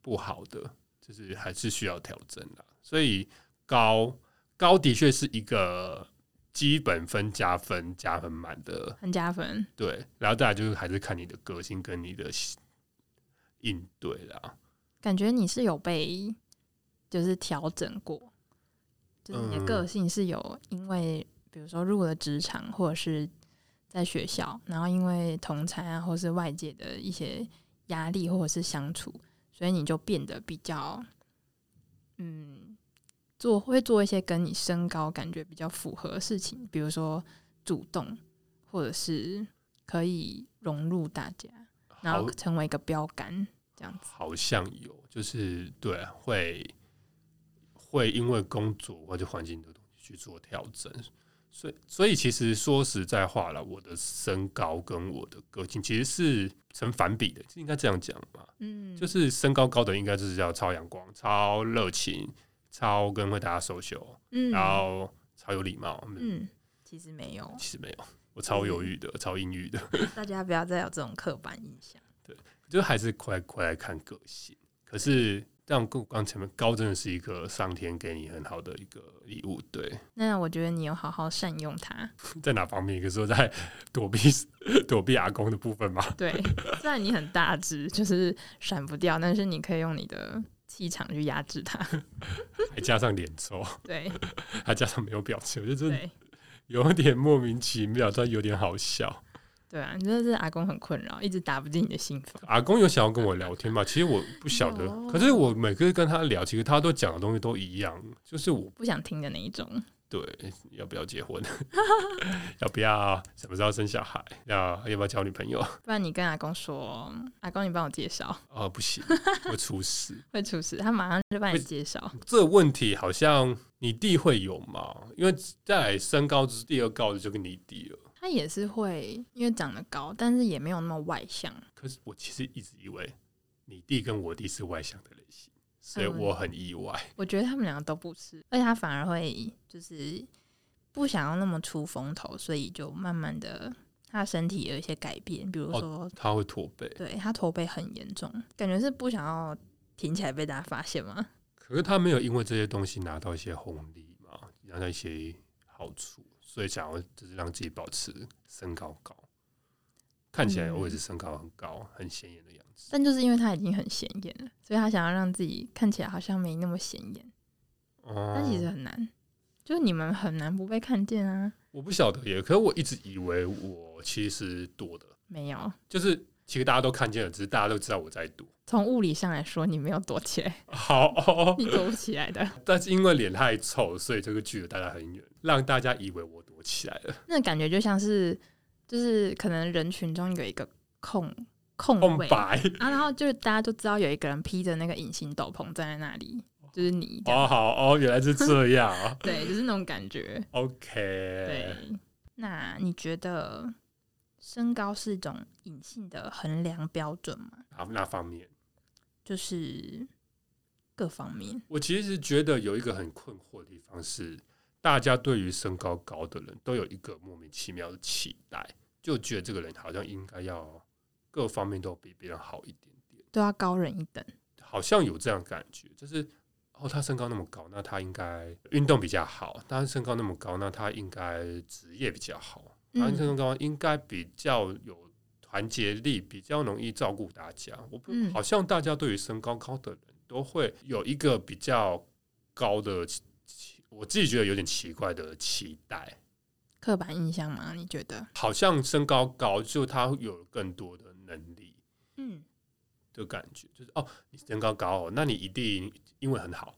Speaker 1: 不好的，就是还是需要调整的。所以高高的确是一个基本分加分加很满的，
Speaker 2: 很加分。
Speaker 1: 对。然后大家就是还是看你的个性跟你的应对啦。
Speaker 2: 感觉你是有被就是调整过，就是你的
Speaker 1: 嗯
Speaker 2: 个性是有因为比如说入了职场或者是在学校，然后因为同才啊或是外界的一些压力或者是相处，所以你就变得比较嗯做会做一些跟你身高感觉比较符合的事情，比如说主动或者是可以融入大家，然
Speaker 1: 好
Speaker 2: 后，成为一个标杆这样子。
Speaker 1: 好像有，就是对啊，会会因为工作或者环境的东西去做调整。所以，所以其实说实在话了，我的身高跟我的个性其实是成反比的，应该这样讲吧。
Speaker 2: 嗯，
Speaker 1: 就是身高高的应该就是要超阳光、超热情、超跟会大家 social，、
Speaker 2: 嗯，
Speaker 1: 然后超有礼貌。嗯，
Speaker 2: 嗯，其实没有，
Speaker 1: 其实没有，我超犹豫的，
Speaker 2: 嗯
Speaker 1: 超阴郁的，
Speaker 2: 大家不要再有这种刻板印象。
Speaker 1: 就还是快快来看个性。可是像我刚前面高真的是一个上天给你很好的一个礼物，对，
Speaker 2: 那我觉得你有好好善用它，
Speaker 1: 在哪方面？可是我在躲避 躲避阿公的部分嘛，
Speaker 2: 对， 虽然你很大只，就是闪不掉，但是你可以用你的气场去压制它。
Speaker 1: 还加上脸臭，
Speaker 2: 对
Speaker 1: 还加上没有表情，我觉得真的
Speaker 2: 对
Speaker 1: 有点莫名其妙，但有点好笑。
Speaker 2: 对啊，你真的是阿公很困扰，一直打不进你的心房。
Speaker 1: 阿公有想要跟我聊天吗？其实我不晓得
Speaker 2: 有，
Speaker 1: 可是我每次跟他聊，其实他都讲的东西都一样，就是我
Speaker 2: 不想听的那一种，
Speaker 1: 对要不要结婚， 要不要什么时候生小孩，要要不要交女朋友？
Speaker 2: 不然你跟阿公说，阿公你帮我介绍，
Speaker 1: 哦，不行，会出事。
Speaker 2: 会出事，他马上就帮你
Speaker 1: 会
Speaker 2: 介绍。
Speaker 1: 这个问题好像你弟会有吗？因为再来身高之第二高的就跟你弟了。
Speaker 2: 他也是会，因为长得高，但是也没有那么外向。
Speaker 1: 可是我其实一直以为你弟跟我弟是外向的类型，所以
Speaker 2: 嗯
Speaker 1: 我很意外。
Speaker 2: 我觉得他们两个都不是，而且他反而会就是不想要那么出风头，所以就慢慢的他的身体有一些改变，比如
Speaker 1: 哦
Speaker 2: 说、
Speaker 1: 他会驼背，
Speaker 2: 对他驼背很严重，感觉是不想要挺起来被大家发现嘛。
Speaker 1: 可是他没有因为这些东西拿到一些红利嘛，拿到一些好处，所以想要就是让自己保持身高高，看起来
Speaker 2: 嗯
Speaker 1: 我也是身高很高、很显眼的样子。
Speaker 2: 但就是因为他已经很显眼了，所以他想要让自己看起来好像没那么显眼，
Speaker 1: 哦
Speaker 2: 但其实很难，就是你们很难不被看见啊。
Speaker 1: 我不晓得耶，可是我一直以为我其实躲的，
Speaker 2: 没有，
Speaker 1: 就是其实大家都看见了，只是大家都知道我在躲。
Speaker 2: 从物理上来说，你没有躲起来，
Speaker 1: 好哦，
Speaker 2: 你躲不起来的，
Speaker 1: 但是因为脸太臭，所以这个距离大家很远，让大家以为我躲起来了，
Speaker 2: 那感觉就像是就是可能人群中有一个空空
Speaker 1: 空
Speaker 2: 位，
Speaker 1: 白。
Speaker 2: 啊，然后就是大家就知道有一个人披着那个隐形斗篷站在那里，就是你这样，
Speaker 1: 哦，好哦，原来是这样啊
Speaker 2: 对，就是那种感觉。
Speaker 1: OK，
Speaker 2: 对，那你觉得身高是一种隐性的衡量标准吗？
Speaker 1: 哪哪方面？
Speaker 2: 就是各方面，
Speaker 1: 我其实觉得有一个很困惑的地方是，大家对于身高高的人都有一个莫名其妙的期待，就觉得这个人好像应该要各方面都比别人好一点点，
Speaker 2: 都要高人一等。
Speaker 1: 好像有这样的感觉，就是哦，他身高那么高，那他应该运动比较好；，他身高那么高，那他应该职业比较好；，他
Speaker 2: 嗯
Speaker 1: 身高高应该比较有团结力，比较容易照顾大家。我不、
Speaker 2: 嗯
Speaker 1: 好像大家对于身高高的人都会有一个比较高的期，期我自己觉得有点奇怪的期待，
Speaker 2: 刻板印象吗？你觉得？
Speaker 1: 好像身高高就他有更多的能力
Speaker 2: 嗯，
Speaker 1: 的感觉，就是哦，你身高高、哦，那你一定英文很好。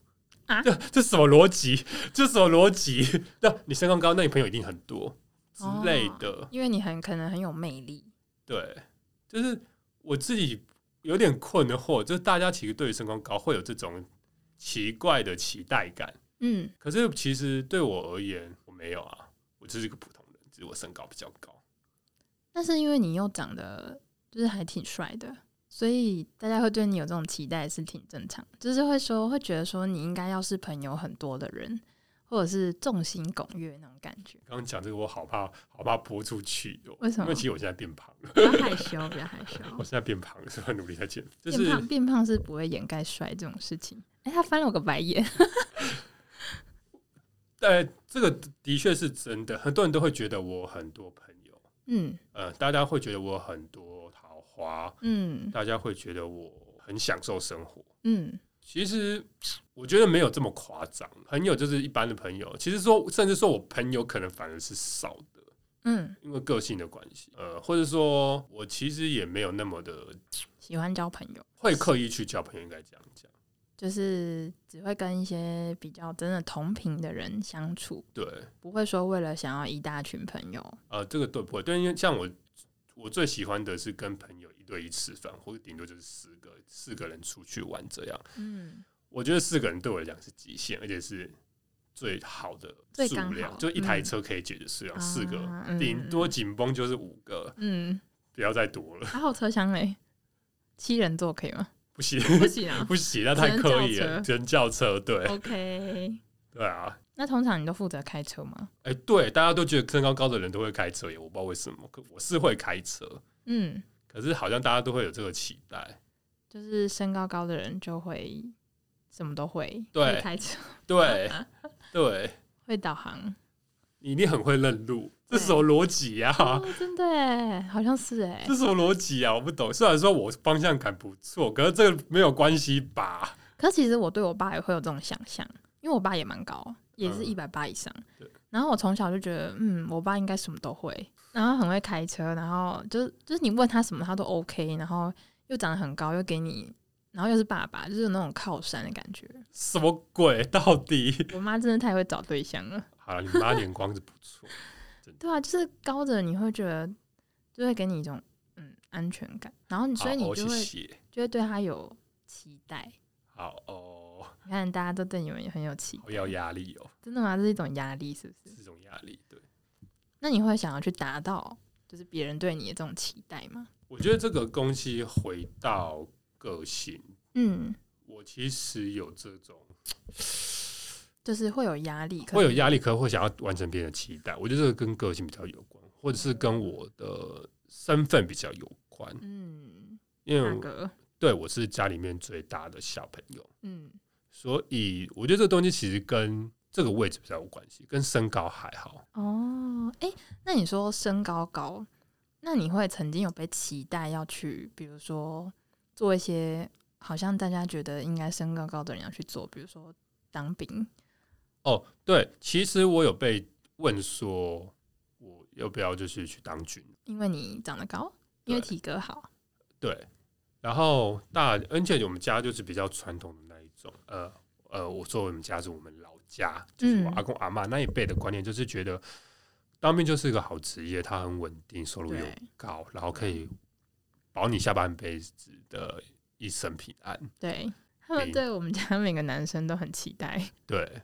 Speaker 2: 啊
Speaker 1: 这这什么逻辑？这什么逻辑？ 那你身高高，那你朋友一定很多之类的。
Speaker 2: 因为你很可能很有魅力。
Speaker 1: 对，就是我自己有点困惑，就是大家其实对于身高高会有这种奇怪的期待感，
Speaker 2: 嗯，
Speaker 1: 可是其实对我而言，我没有啊，我就是一个普通人，只是我身高比较高。
Speaker 2: 但是因为你又长得就是还挺帅的，所以大家会对你有这种期待是挺正常。就是会说会觉得说你应该要是朋友很多的人，或者是众星拱月那种感觉。
Speaker 1: 刚刚讲这个，我好怕，好怕播出去哦。
Speaker 2: 为什么
Speaker 1: 因为其实我现在变胖了，
Speaker 2: 不要害羞，不要害羞。
Speaker 1: 我现在变胖了，所以我努力在减肥。就是
Speaker 2: 变胖变胖是不会掩盖帅这种事情。哎、他翻了我个白眼。
Speaker 1: 但这个的确是真的，很多人都会觉得我很多朋友，
Speaker 2: 嗯
Speaker 1: 呃，大家会觉得我很多桃花，
Speaker 2: 嗯
Speaker 1: 大家会觉得我很享受生活。
Speaker 2: 嗯
Speaker 1: 其实我觉得没有这么夸张，朋友就是一般的朋友。其实说，甚至说我朋友可能反而是少的，
Speaker 2: 嗯，
Speaker 1: 因为个性的关系，呃，或者说我其实也没有那么的
Speaker 2: 喜欢交朋友，
Speaker 1: 会刻意去交朋友，应该这样讲。
Speaker 2: 就是只会跟一些比较真的同频的人相处，
Speaker 1: 对，
Speaker 2: 不会说为了想要一大群朋友。
Speaker 1: 呃，这个对不会？对，因为像我，我最喜欢的是跟朋友一对一吃饭，或者顶多就是四个四个人出去玩这样。
Speaker 2: 嗯
Speaker 1: 我觉得四个人对我来讲是极限，而且是最好的
Speaker 2: 最
Speaker 1: 数
Speaker 2: 刚
Speaker 1: 量，
Speaker 2: 好
Speaker 1: 就一台
Speaker 2: 嗯
Speaker 1: 车可以解决数量，
Speaker 2: 啊
Speaker 1: 四个
Speaker 2: 嗯
Speaker 1: 顶多紧绷就是五个，
Speaker 2: 嗯，
Speaker 1: 不要再多了，
Speaker 2: 还有车厢嘞，七人座可以吗？
Speaker 1: 不行
Speaker 2: 不行啊。
Speaker 1: 不行，那太刻意了，只能叫车，
Speaker 2: 哦
Speaker 1: 对
Speaker 2: OK，
Speaker 1: 对啊。
Speaker 2: 那通常你都负责开车吗？
Speaker 1: 哎、对，大家都觉得身高高的人都会开车耶，我不知道为什么，可我是会开车，
Speaker 2: 嗯，
Speaker 1: 可是好像大家都会有这个期待。
Speaker 2: 就是身高高的人就会什么都会，
Speaker 1: 对
Speaker 2: 会开车，
Speaker 1: 对，对，
Speaker 2: 会导航。
Speaker 1: 你一定很会认路，这
Speaker 2: 对
Speaker 1: 什么逻辑呀、
Speaker 2: 哦，真的耶，好像是哎
Speaker 1: 这。什么逻辑啊？我不懂。虽然说我方向感不错，可是这个没有关系吧？
Speaker 2: 可其实我对我爸也会有这种想象，因为我爸也蛮高，也是
Speaker 1: 嗯
Speaker 2: 一百八以上
Speaker 1: 对。
Speaker 2: 然后我从小就觉得，嗯，我爸应该什么都会，然后很会开车，然后就是就是你问他什么他都 OK，然后又长得很高，又给你，然后又是爸爸，就是有那种靠山的感觉。
Speaker 1: 什么鬼？到底？
Speaker 2: 我妈真的太会找对象了，
Speaker 1: 好了，你妈眼光是不错，
Speaker 2: 对啊，就是高的你会觉得就会给你一种嗯安全感，然后你 所以
Speaker 1: 好
Speaker 2: 你
Speaker 1: 哦，谢
Speaker 2: 就会
Speaker 1: 谢。
Speaker 2: 就会对他有期待。
Speaker 1: 好哦，
Speaker 2: 你看大家都对你们也很有期
Speaker 1: 我要压力哦，
Speaker 2: 真的吗？这是一种压力，是不是？
Speaker 1: 这种压力。对，
Speaker 2: 那你会想要去达到，就是别人对你的这种期待吗？
Speaker 1: 我觉得这个东西回到个性，
Speaker 2: 嗯，
Speaker 1: 我其实有这种
Speaker 2: 就是会有压力，可
Speaker 1: 会有
Speaker 2: 是
Speaker 1: 压力，可能会想要完成别人的期待。我觉得这个跟个性比较有关，或者是跟我的身份比较有关，
Speaker 2: 嗯，
Speaker 1: 因
Speaker 2: 大
Speaker 1: 为
Speaker 2: 哥，
Speaker 1: 对我是家里面最大的小朋友。
Speaker 2: 嗯
Speaker 1: 所以我觉得这个东西其实跟这个位置比较有关系，跟身高还好。
Speaker 2: 哦，哎、那你说身高高，那你会曾经有被期待要去，比如说做一些好像大家觉得应该身高高的人要去做，比如说当兵，
Speaker 1: 哦，对，其实我有被问说，我要不要就是去当军？
Speaker 2: 因为你长得高，因为
Speaker 1: 对
Speaker 2: 体格好，
Speaker 1: 对，然后大，而且我们家就是比较传统的那一种，呃呃，我说我们家是我们老家，就是我
Speaker 2: 嗯
Speaker 1: 阿公阿妈那一辈的观念，就是觉得当兵就是一个好职业，它很稳定，收入又
Speaker 2: 对
Speaker 1: 高，然后可以保你下半辈子的一生平安。
Speaker 2: 对他们
Speaker 1: 诶
Speaker 2: 对我们家每个男生都很期待。
Speaker 1: 对，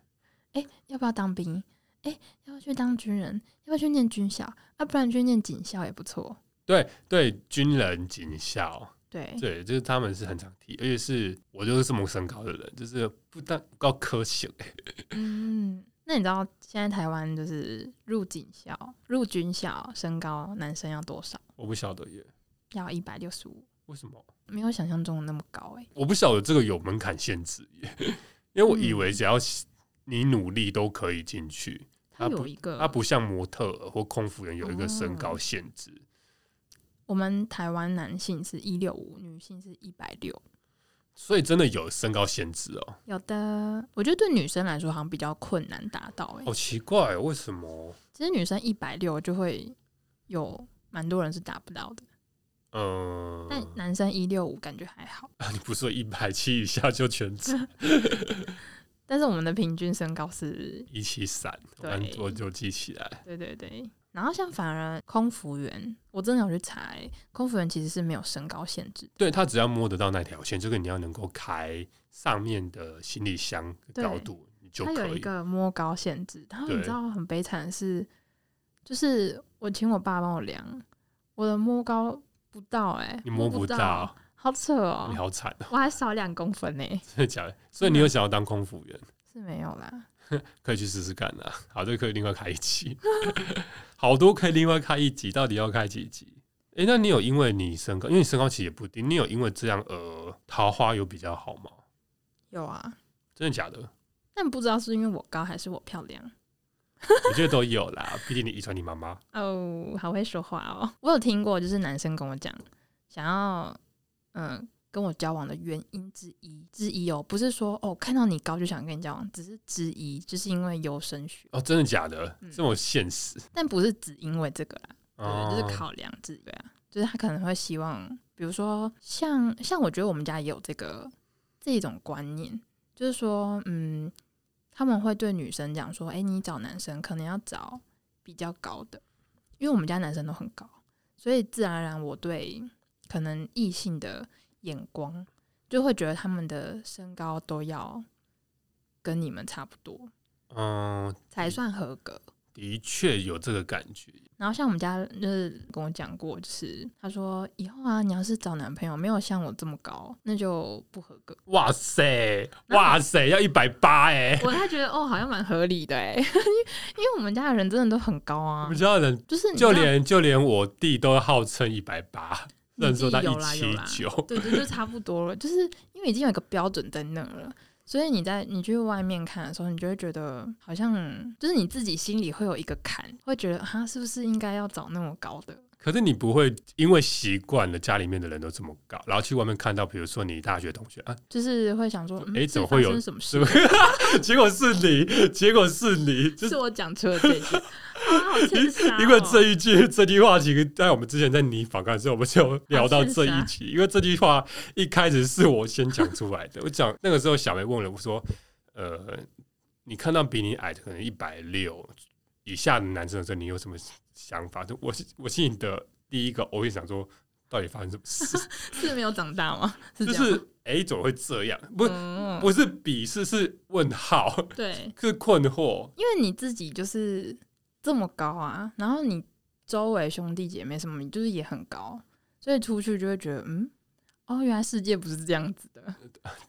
Speaker 2: 哎、要不要当兵？哎、要不要去当军人？要不要去念军校？啊，不然去念警校也不错。
Speaker 1: 对对，军人警校，
Speaker 2: 对，
Speaker 1: 对，就是他们是很常提，而且是我就是这么身高的人，就是不但不高科学、
Speaker 2: 嗯，那你知道现在台湾就是入警校、入军校，身高男生要多少？
Speaker 1: 我不晓得耶，
Speaker 2: 要一百六十五，
Speaker 1: 为什么？
Speaker 2: 没有想象中的那么高哎、
Speaker 1: 我不晓得这个有门槛限制 耶，因为我以
Speaker 2: 嗯
Speaker 1: 为只要你努力都可以进去，
Speaker 2: 它
Speaker 1: 它
Speaker 2: 有
Speaker 1: 不
Speaker 2: 一个，
Speaker 1: 它不像模特儿或空服员有一个身高
Speaker 2: 哦
Speaker 1: 限制。
Speaker 2: 我们台湾男性是一六五，女性是一百六。
Speaker 1: 所以真的有身高限制哦，
Speaker 2: 有的，我觉得对女生来说好像比较困难达到哎、
Speaker 1: 好奇怪哦，为什么？
Speaker 2: 其实女生一百六就会有蛮多人是达不到的。
Speaker 1: 嗯，
Speaker 2: 但男生一六五感觉还好，
Speaker 1: 你不是说一百七以下就全职
Speaker 2: 但是我们的平均身高是，
Speaker 1: 一起闪？我刚
Speaker 2: 对
Speaker 1: 我就记起来。
Speaker 2: 对对对。然后像反而空服员，我真的有去查、欸，空服员其实是没有身高限制的，
Speaker 1: 对他只要摸得到那条线，这个你要能够开上面的行李箱的高度，你就
Speaker 2: 它有
Speaker 1: 可
Speaker 2: 一
Speaker 1: 以。
Speaker 2: 个摸高限制。然后你
Speaker 1: 对
Speaker 2: 知道很悲惨的是，就是我请我爸帮我量，我的摸高不到、欸，哎，
Speaker 1: 你摸
Speaker 2: 不
Speaker 1: 不到，，
Speaker 2: 好扯哦、
Speaker 1: 你好惨哦！
Speaker 2: 我还少两公分呢、欸
Speaker 1: 真的假的？所以
Speaker 2: 嗯
Speaker 1: 你有想要当空服员，
Speaker 2: 是没有啦。
Speaker 1: 可以去试试看啊。 好，这个可以另外开一集， 好多可以另外开一集，到底要开几集？诶，那你有因为你身高，因为你身高其实也不低，你有因为这样呃桃花有比较好吗？
Speaker 2: 有啊，
Speaker 1: 真的假的？
Speaker 2: 但不知道是因为我高还是我漂亮，
Speaker 1: 我觉得都有啦， 毕竟你遗传你妈妈。
Speaker 2: 哦，好会说话哦。我有听过，就是男生跟我讲，想要嗯跟我交往的原因之一之一哦，不是说哦看到你高就想跟你交往，只是之一，就是因为优生学，
Speaker 1: 哦，真的假的？
Speaker 2: 嗯
Speaker 1: 这么现实？
Speaker 2: 但不是只因为这个啦，
Speaker 1: 哦
Speaker 2: 对，就是考量之类啊，就是他可能会希望，比如说像像我觉得我们家也有这个这一种观念，就是说，嗯，他们会对女生讲说，哎、你找男生可能要找比较高的，因为我们家男生都很高，所以自然而然我对可能异性的眼光就会觉得他们的身高都要跟你们差不多
Speaker 1: 嗯，
Speaker 2: 才算合格。
Speaker 1: 的确有这个感觉。
Speaker 2: 然后像我们家就是跟我讲过，就是他说以后啊，你要是找男朋友没有像我这么高，那就不合格。
Speaker 1: 哇塞，
Speaker 2: 那
Speaker 1: 哇塞，要一百八哎！
Speaker 2: 我才觉得哦，好像蛮合理的 哎，因为因为我们家的人真的都很高
Speaker 1: 我
Speaker 2: 啊
Speaker 1: 们，知道人，
Speaker 2: 就是你知道
Speaker 1: 就连就连我弟都号称一百八，
Speaker 2: 你
Speaker 1: 能
Speaker 2: 弟
Speaker 1: 说到
Speaker 2: 有
Speaker 1: 一
Speaker 2: 啦有
Speaker 1: 七
Speaker 2: 啦
Speaker 1: 九。
Speaker 2: 对对，就差不多了，就是因为已经有一个标准在那了。所以你在你去外面看的时候，你就会觉得好像就是你自己心里会有一个坎，会觉得他是不是应该要找那么高的？
Speaker 1: 可是你不会因为习惯了家里面的人都这么高，然后去外面看到，比如说你大学同学啊，
Speaker 2: 就是会想说，嗯
Speaker 1: 诶
Speaker 2: 是
Speaker 1: 怎么会有
Speaker 2: 发生什么
Speaker 1: 是？
Speaker 2: 事
Speaker 1: 不结果是 你，结果是你，就是
Speaker 2: 是我讲出了 这句，啊，好欠杀、哦！
Speaker 1: 因为这一句 这句话，其实在我们之前在你访谈的时候，我们就聊到这一
Speaker 2: 啊
Speaker 1: 集，因为这句话一开始是我先讲出来的。我讲那个时候，小梅问了我说：“呃，你看到比你矮的可能一百六以下的男生的时候，你有什么想法？”就我我心里的第一个，我也想说，到底发生什么 事？
Speaker 2: 是没有长 大吗？是
Speaker 1: 就
Speaker 2: 这样
Speaker 1: 是
Speaker 2: 吗，
Speaker 1: 哎、怎么会这样？不
Speaker 2: 嗯
Speaker 1: 不是鄙视，是问号，
Speaker 2: 对，
Speaker 1: 是困惑。
Speaker 2: 因为你自己就是这么高啊，然后你周围兄弟姐妹什么，你就是也很高，所以出去就会觉得，嗯，哦，原来世界不是这样子 的，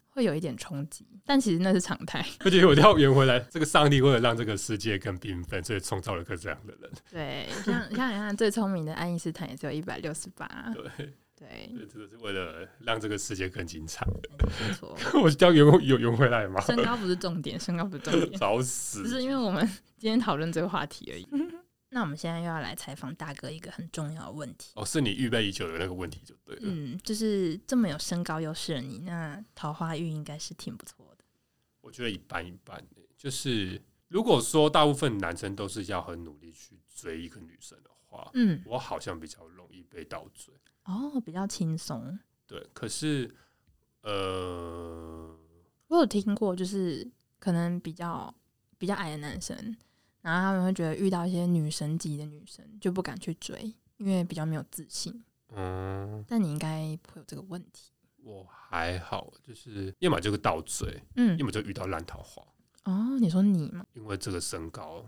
Speaker 2: 会有一点冲击，但其实那是常态。
Speaker 1: 而且我要圆回来，这个上帝为了让这个世界更缤纷，所以创造了个这样的人。
Speaker 2: 对，像像你看最聪明的爱因斯坦也只有一百六十八，
Speaker 1: 对，
Speaker 2: 对，
Speaker 1: 这个是为了让这个世界更精彩。
Speaker 2: 没错，
Speaker 1: 我要圆有圆回来吗？，
Speaker 2: 身高不是重点，身高不是重点
Speaker 1: 找
Speaker 2: 只
Speaker 1: 死！
Speaker 2: 是因为我们今天讨论这个话 题而已。那我们现在又要来采访大哥一个很重要的问题。
Speaker 1: 哦，是你预备已久的那个问题就对了。
Speaker 2: 嗯，就是这么有身高优势的你，那桃花运应该是挺不错的。
Speaker 1: 我觉得一般一般、就是如果说大部分男生都是要很努力去追一个女生的话，
Speaker 2: 嗯，
Speaker 1: 我好像比较容易被倒追。
Speaker 2: 哦，比较轻松。
Speaker 1: 对，可是呃，
Speaker 2: 我有听过，就是可能比较比较矮的男生，然后他们会觉得遇到一些女神级的女生就不敢去追，因为比较没有自信。
Speaker 1: 嗯，
Speaker 2: 但你应该不会有这个问题。
Speaker 1: 我还好，就是要么就是倒追，
Speaker 2: 嗯
Speaker 1: 要，么就遇到烂桃花。
Speaker 2: 哦，你说你嘛，
Speaker 1: 因为这个身高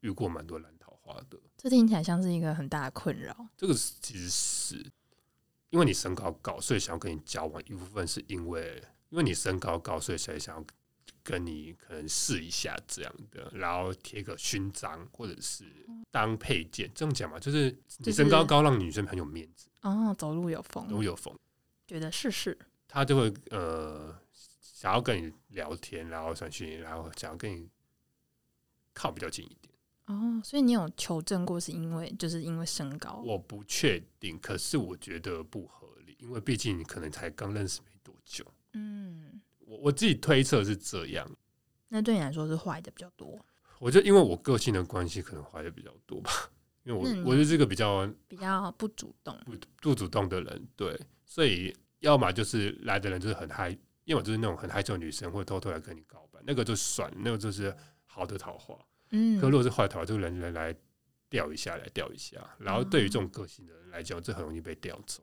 Speaker 1: 遇过蛮多烂桃花的。
Speaker 2: 这听起来像是一个很大的困扰。
Speaker 1: 这个是其实是因为你身高高，所以想要跟你交往；一部分是因为因为你身高高，所以才想要跟你可能试一下这样的，然后贴个勋章或者是当配件，这样讲嘛，就是
Speaker 2: 就
Speaker 1: 你
Speaker 2: 是
Speaker 1: 身高高让女生很有面子，
Speaker 2: 哦，走路有风，
Speaker 1: 都有风，
Speaker 2: 觉得试试。
Speaker 1: 她就会呃想要跟你聊天，然后想去你，然后想要跟你靠比较近一点。
Speaker 2: 哦，所以你有求证过，是因为就是因为身高
Speaker 1: 我不确定，可是我觉得不合理，因为毕竟你可能才刚认识没多久。
Speaker 2: 嗯，
Speaker 1: 我我自己推测是这样，
Speaker 2: 那对你来说是坏的比较多，
Speaker 1: 我觉得因为我个性的关系，可能怀的比较多吧，因为
Speaker 2: 那你
Speaker 1: 我我就是个比较
Speaker 2: 比较不主动。
Speaker 1: 不不主动的人，对，所以要么就是来的人就是很嗨，要么就是那种很害羞的女生会偷偷来跟你告白，那个就算了，那个就是好的桃花。
Speaker 2: 嗯
Speaker 1: 可如果是坏桃花，就人人来钓一下，来钓一下，然后对于这种个性的人来讲，这很容易被钓走。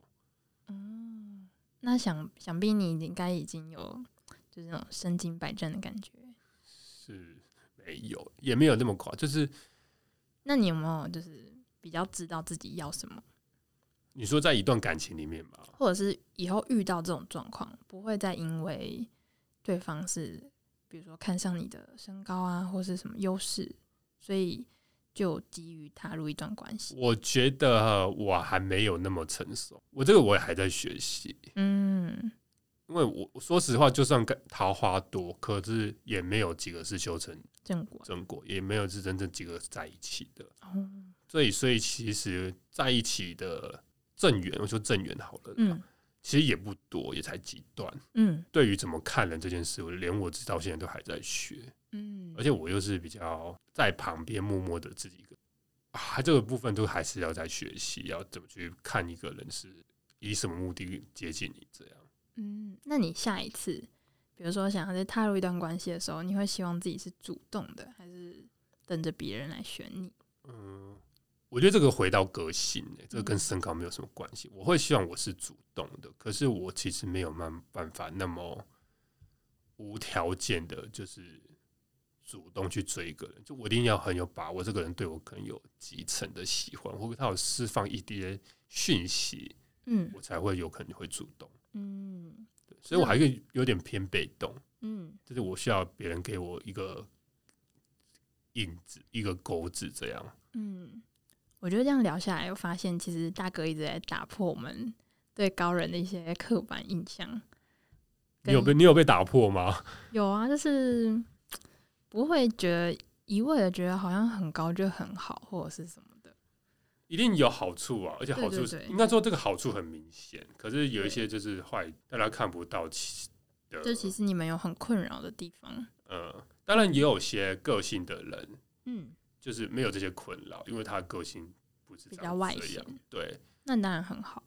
Speaker 2: 嗯，那想想必你应该已经有就是那种身经百战的感觉。
Speaker 1: 是没有，也没有那么夸，就是
Speaker 2: 那你有没有就是比较知道自己要什么，
Speaker 1: 你说在一段感情里面嘛，
Speaker 2: 或者是以后遇到这种状况，不会再因为对方是比如说看上你的身高啊，或是什么优势，所以就急于踏入一段关系？
Speaker 1: 我觉得我还没有那么成熟，我这个我也还在学习，
Speaker 2: 嗯，
Speaker 1: 因为我我说实话，就算桃花多，可是也没有几个是修成
Speaker 2: 正果
Speaker 1: 正果，也没有是真正几个在一起的。
Speaker 2: 哦，
Speaker 1: 所以，所以其实在一起的正缘，我说正缘好了，
Speaker 2: 嗯
Speaker 1: 其实也不多，也才几段。
Speaker 2: 嗯
Speaker 1: 对于怎么看人这件事，我连我直到现在都还在学，
Speaker 2: 嗯
Speaker 1: 而且我又是比较在旁边默默的自己一个，啊，这个部分都还是要在学习，要怎么去看一个人是以什么目的接近你这样。
Speaker 2: 嗯，那你下一次，比如说想要在踏入一段关系的时候，你会希望自己是主动的，还是等着别人来选你？
Speaker 1: 嗯，我觉得这个回到个性、欸，这个跟身高没有什么关系。我会希望我是主动的，可是我其实没有办办法那么无条件的，就是主动去追一个人。就我一定要很有把握，这个人对我可能有几成的喜欢，或者他有释放一些讯息，
Speaker 2: 嗯
Speaker 1: 我才会有可能会主动。
Speaker 2: 嗯
Speaker 1: 对所以我还是有点偏被动，
Speaker 2: 嗯
Speaker 1: 就是我需要别人给我一个印子，一个钩子，这样。
Speaker 2: 嗯，我觉得这样聊下来，又发现其实大哥一直在打破我们对高人的一些刻板印象。
Speaker 1: 你有
Speaker 2: 跟
Speaker 1: 被你有被打破吗？
Speaker 2: 有啊，就是不会觉得一味的觉得好像很高就很好，或者是什么的。
Speaker 1: 一定有好处啊，而且好处
Speaker 2: 对
Speaker 1: 是
Speaker 2: 对
Speaker 1: 应该说这个好处很明显，可是有一些就是坏，大家看不到其的。
Speaker 2: 就其实你们有很困扰的地方。
Speaker 1: 呃，当然也有些个性的人
Speaker 2: 嗯，
Speaker 1: 就是没有这些困扰，因为他的个性不是
Speaker 2: 比
Speaker 1: 长
Speaker 2: 较外
Speaker 1: 这样
Speaker 2: 显。
Speaker 1: 对，
Speaker 2: 那当然很好。
Speaker 1: 嗯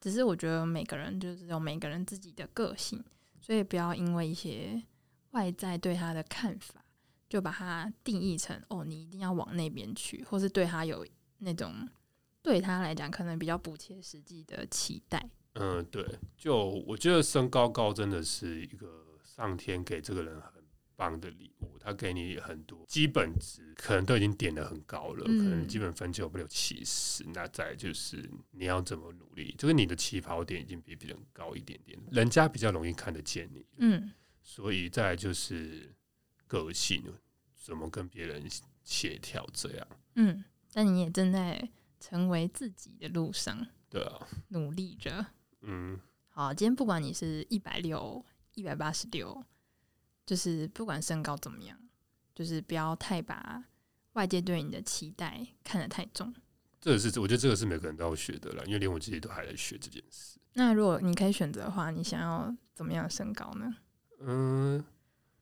Speaker 2: 只是我觉得每个人就是有每个人自己的个性，所以不要因为一些外在对他的看法，就把他定义成哦，你一定要往那边去，或是对他有那种对他来讲可能比较不切实际的期待。
Speaker 1: 嗯、对，就我觉得身高高真的是一个上天给这个人很棒的礼物，他给你很多基本值，可能都已经点的很高了，可能
Speaker 2: 嗯
Speaker 1: 基本分就有不了七十，那再来就是你要怎么努力，就是你的起跑点已经比别人高一点点，人家比较容易看得见你，
Speaker 2: 嗯
Speaker 1: 所以再来就是个性怎么跟别人协调，这样
Speaker 2: 嗯，但你也正在成为自己的路上
Speaker 1: 对啊，
Speaker 2: 努力着。
Speaker 1: 嗯，
Speaker 2: 好，今天不管你是一百六、一百八十六，就是不管身高怎么样，就是不要太把外界对你的期待看得太重。
Speaker 1: 这个是我觉得这个是每个人都要学的啦，因为连我自己都还在学这件事。
Speaker 2: 那如果你可以选择的话，你想要怎么样的身高呢？
Speaker 1: 嗯，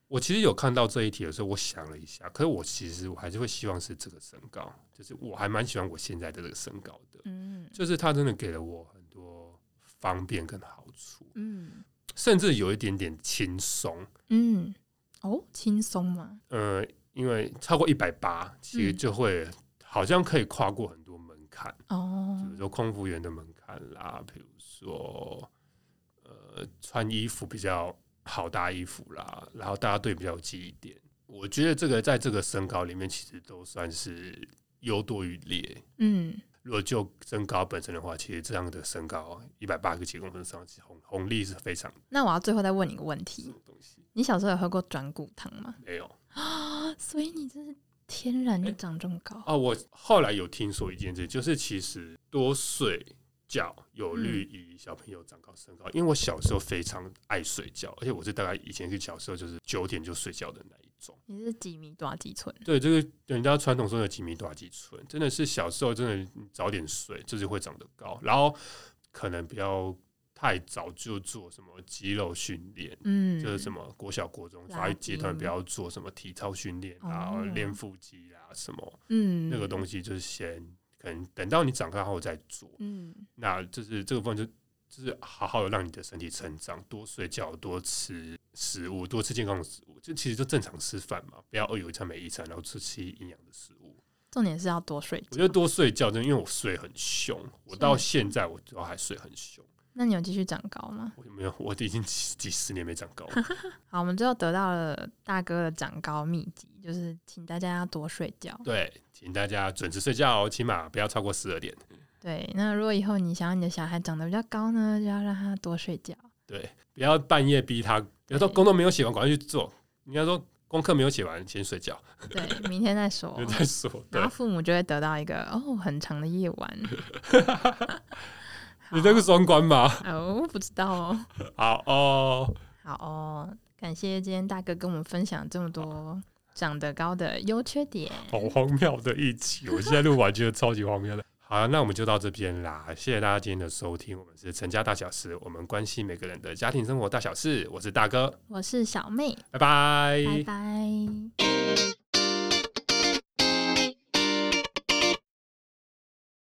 Speaker 1: 我其实有看到这一题的时候，我想了一下，可是我其实我还是会希望是这个身高，就是我还蛮喜欢我现在的这个身高的，
Speaker 2: 嗯
Speaker 1: 就是它真的给了我很多方便跟好处，
Speaker 2: 嗯
Speaker 1: 甚至有一点点轻松。
Speaker 2: 嗯，哦，轻松吗？
Speaker 1: 呃，因为超过一百八，其实
Speaker 2: 嗯
Speaker 1: 就会好像可以跨过很多门槛，比
Speaker 2: 哦
Speaker 1: 如，说空服员的门槛啦，比如说呃穿衣服比较好搭衣服啦，然后大家对比较有记忆点。我觉得这个在这个身高里面，其实都算是优多于劣。
Speaker 2: 嗯
Speaker 1: 如果就身高本身的话，其实这样的身高一百八十几公分上，其实红红利是非常
Speaker 2: 那我要最后再问你一个问
Speaker 1: 什
Speaker 2: 题
Speaker 1: 么：东西
Speaker 2: 你小时候有喝过转骨汤吗？
Speaker 1: 没有
Speaker 2: 啊，所以你真是天然就长这么高。
Speaker 1: 哦。我后来有听说一件事，就是其实多睡觉有利
Speaker 2: 嗯
Speaker 1: 于小朋友长高身高。因为我小时候非常爱睡觉，而且我是大概以前是小时候就是九点就睡觉的那一种。
Speaker 2: 你是几米多少啊几寸？
Speaker 1: 对，这个人家传统说的几米多少几寸，真的是小时候真的你早点睡，就是会长得高。然后可能不要太早就做什么肌肉训练，
Speaker 2: 嗯，
Speaker 1: 就是什么国小、国中
Speaker 2: 拉
Speaker 1: 发育阶段
Speaker 2: 筋
Speaker 1: 不要做什么体操训练啊
Speaker 2: 哦、
Speaker 1: 练腹肌啊什么。
Speaker 2: 嗯
Speaker 1: 那个东
Speaker 2: 西，
Speaker 1: 西就是先可能等到你长大后再做，
Speaker 2: 嗯。
Speaker 1: 那就是这个部分就就是好好的让你的身体成长，多睡觉，多吃食物，多吃健康的食物，就其实就正常吃饭嘛，不要饿有一餐没一餐，然后吃吃营养的食物。
Speaker 2: 重点是要多睡
Speaker 1: 我觉
Speaker 2: 觉。
Speaker 1: 得多睡觉，真的因为我睡很凶，我到现在我都还睡很凶，
Speaker 2: 那你有继续长高吗？
Speaker 1: 我没有，我已经几几十年没长 高了。
Speaker 2: 好，我们最后得到了大哥的长高秘籍，就是请大家要多睡觉。
Speaker 1: 对，请大家准时睡觉哦，起码不要超过十二点。
Speaker 2: 对，那如果以后你想要你的小孩长得比较高呢，就要让他多睡 觉。
Speaker 1: 对，不要半夜逼他，比如说
Speaker 2: 对
Speaker 1: 工作没有写完，赶快去做。应该说功课没有写完，先睡觉，
Speaker 2: 对，明天再说
Speaker 1: 就。再说。对
Speaker 2: 然 后，父母就会得到一个哦很长的夜晚。
Speaker 1: 你这个双关吗？
Speaker 2: 哦，不知道哦。
Speaker 1: 好哦，
Speaker 2: 好哦，感谢今天大哥跟我们分享这么多长得高的优缺点。
Speaker 1: 好荒谬的一集，我现在录完觉得超级荒谬的。好，那我们就到这边啦，谢谢大家今天的收听，我们是陈家大小事，我们关心每个人的家庭生活大小事，我是大哥，
Speaker 2: 我是小妹，
Speaker 1: 拜拜，
Speaker 2: 拜拜。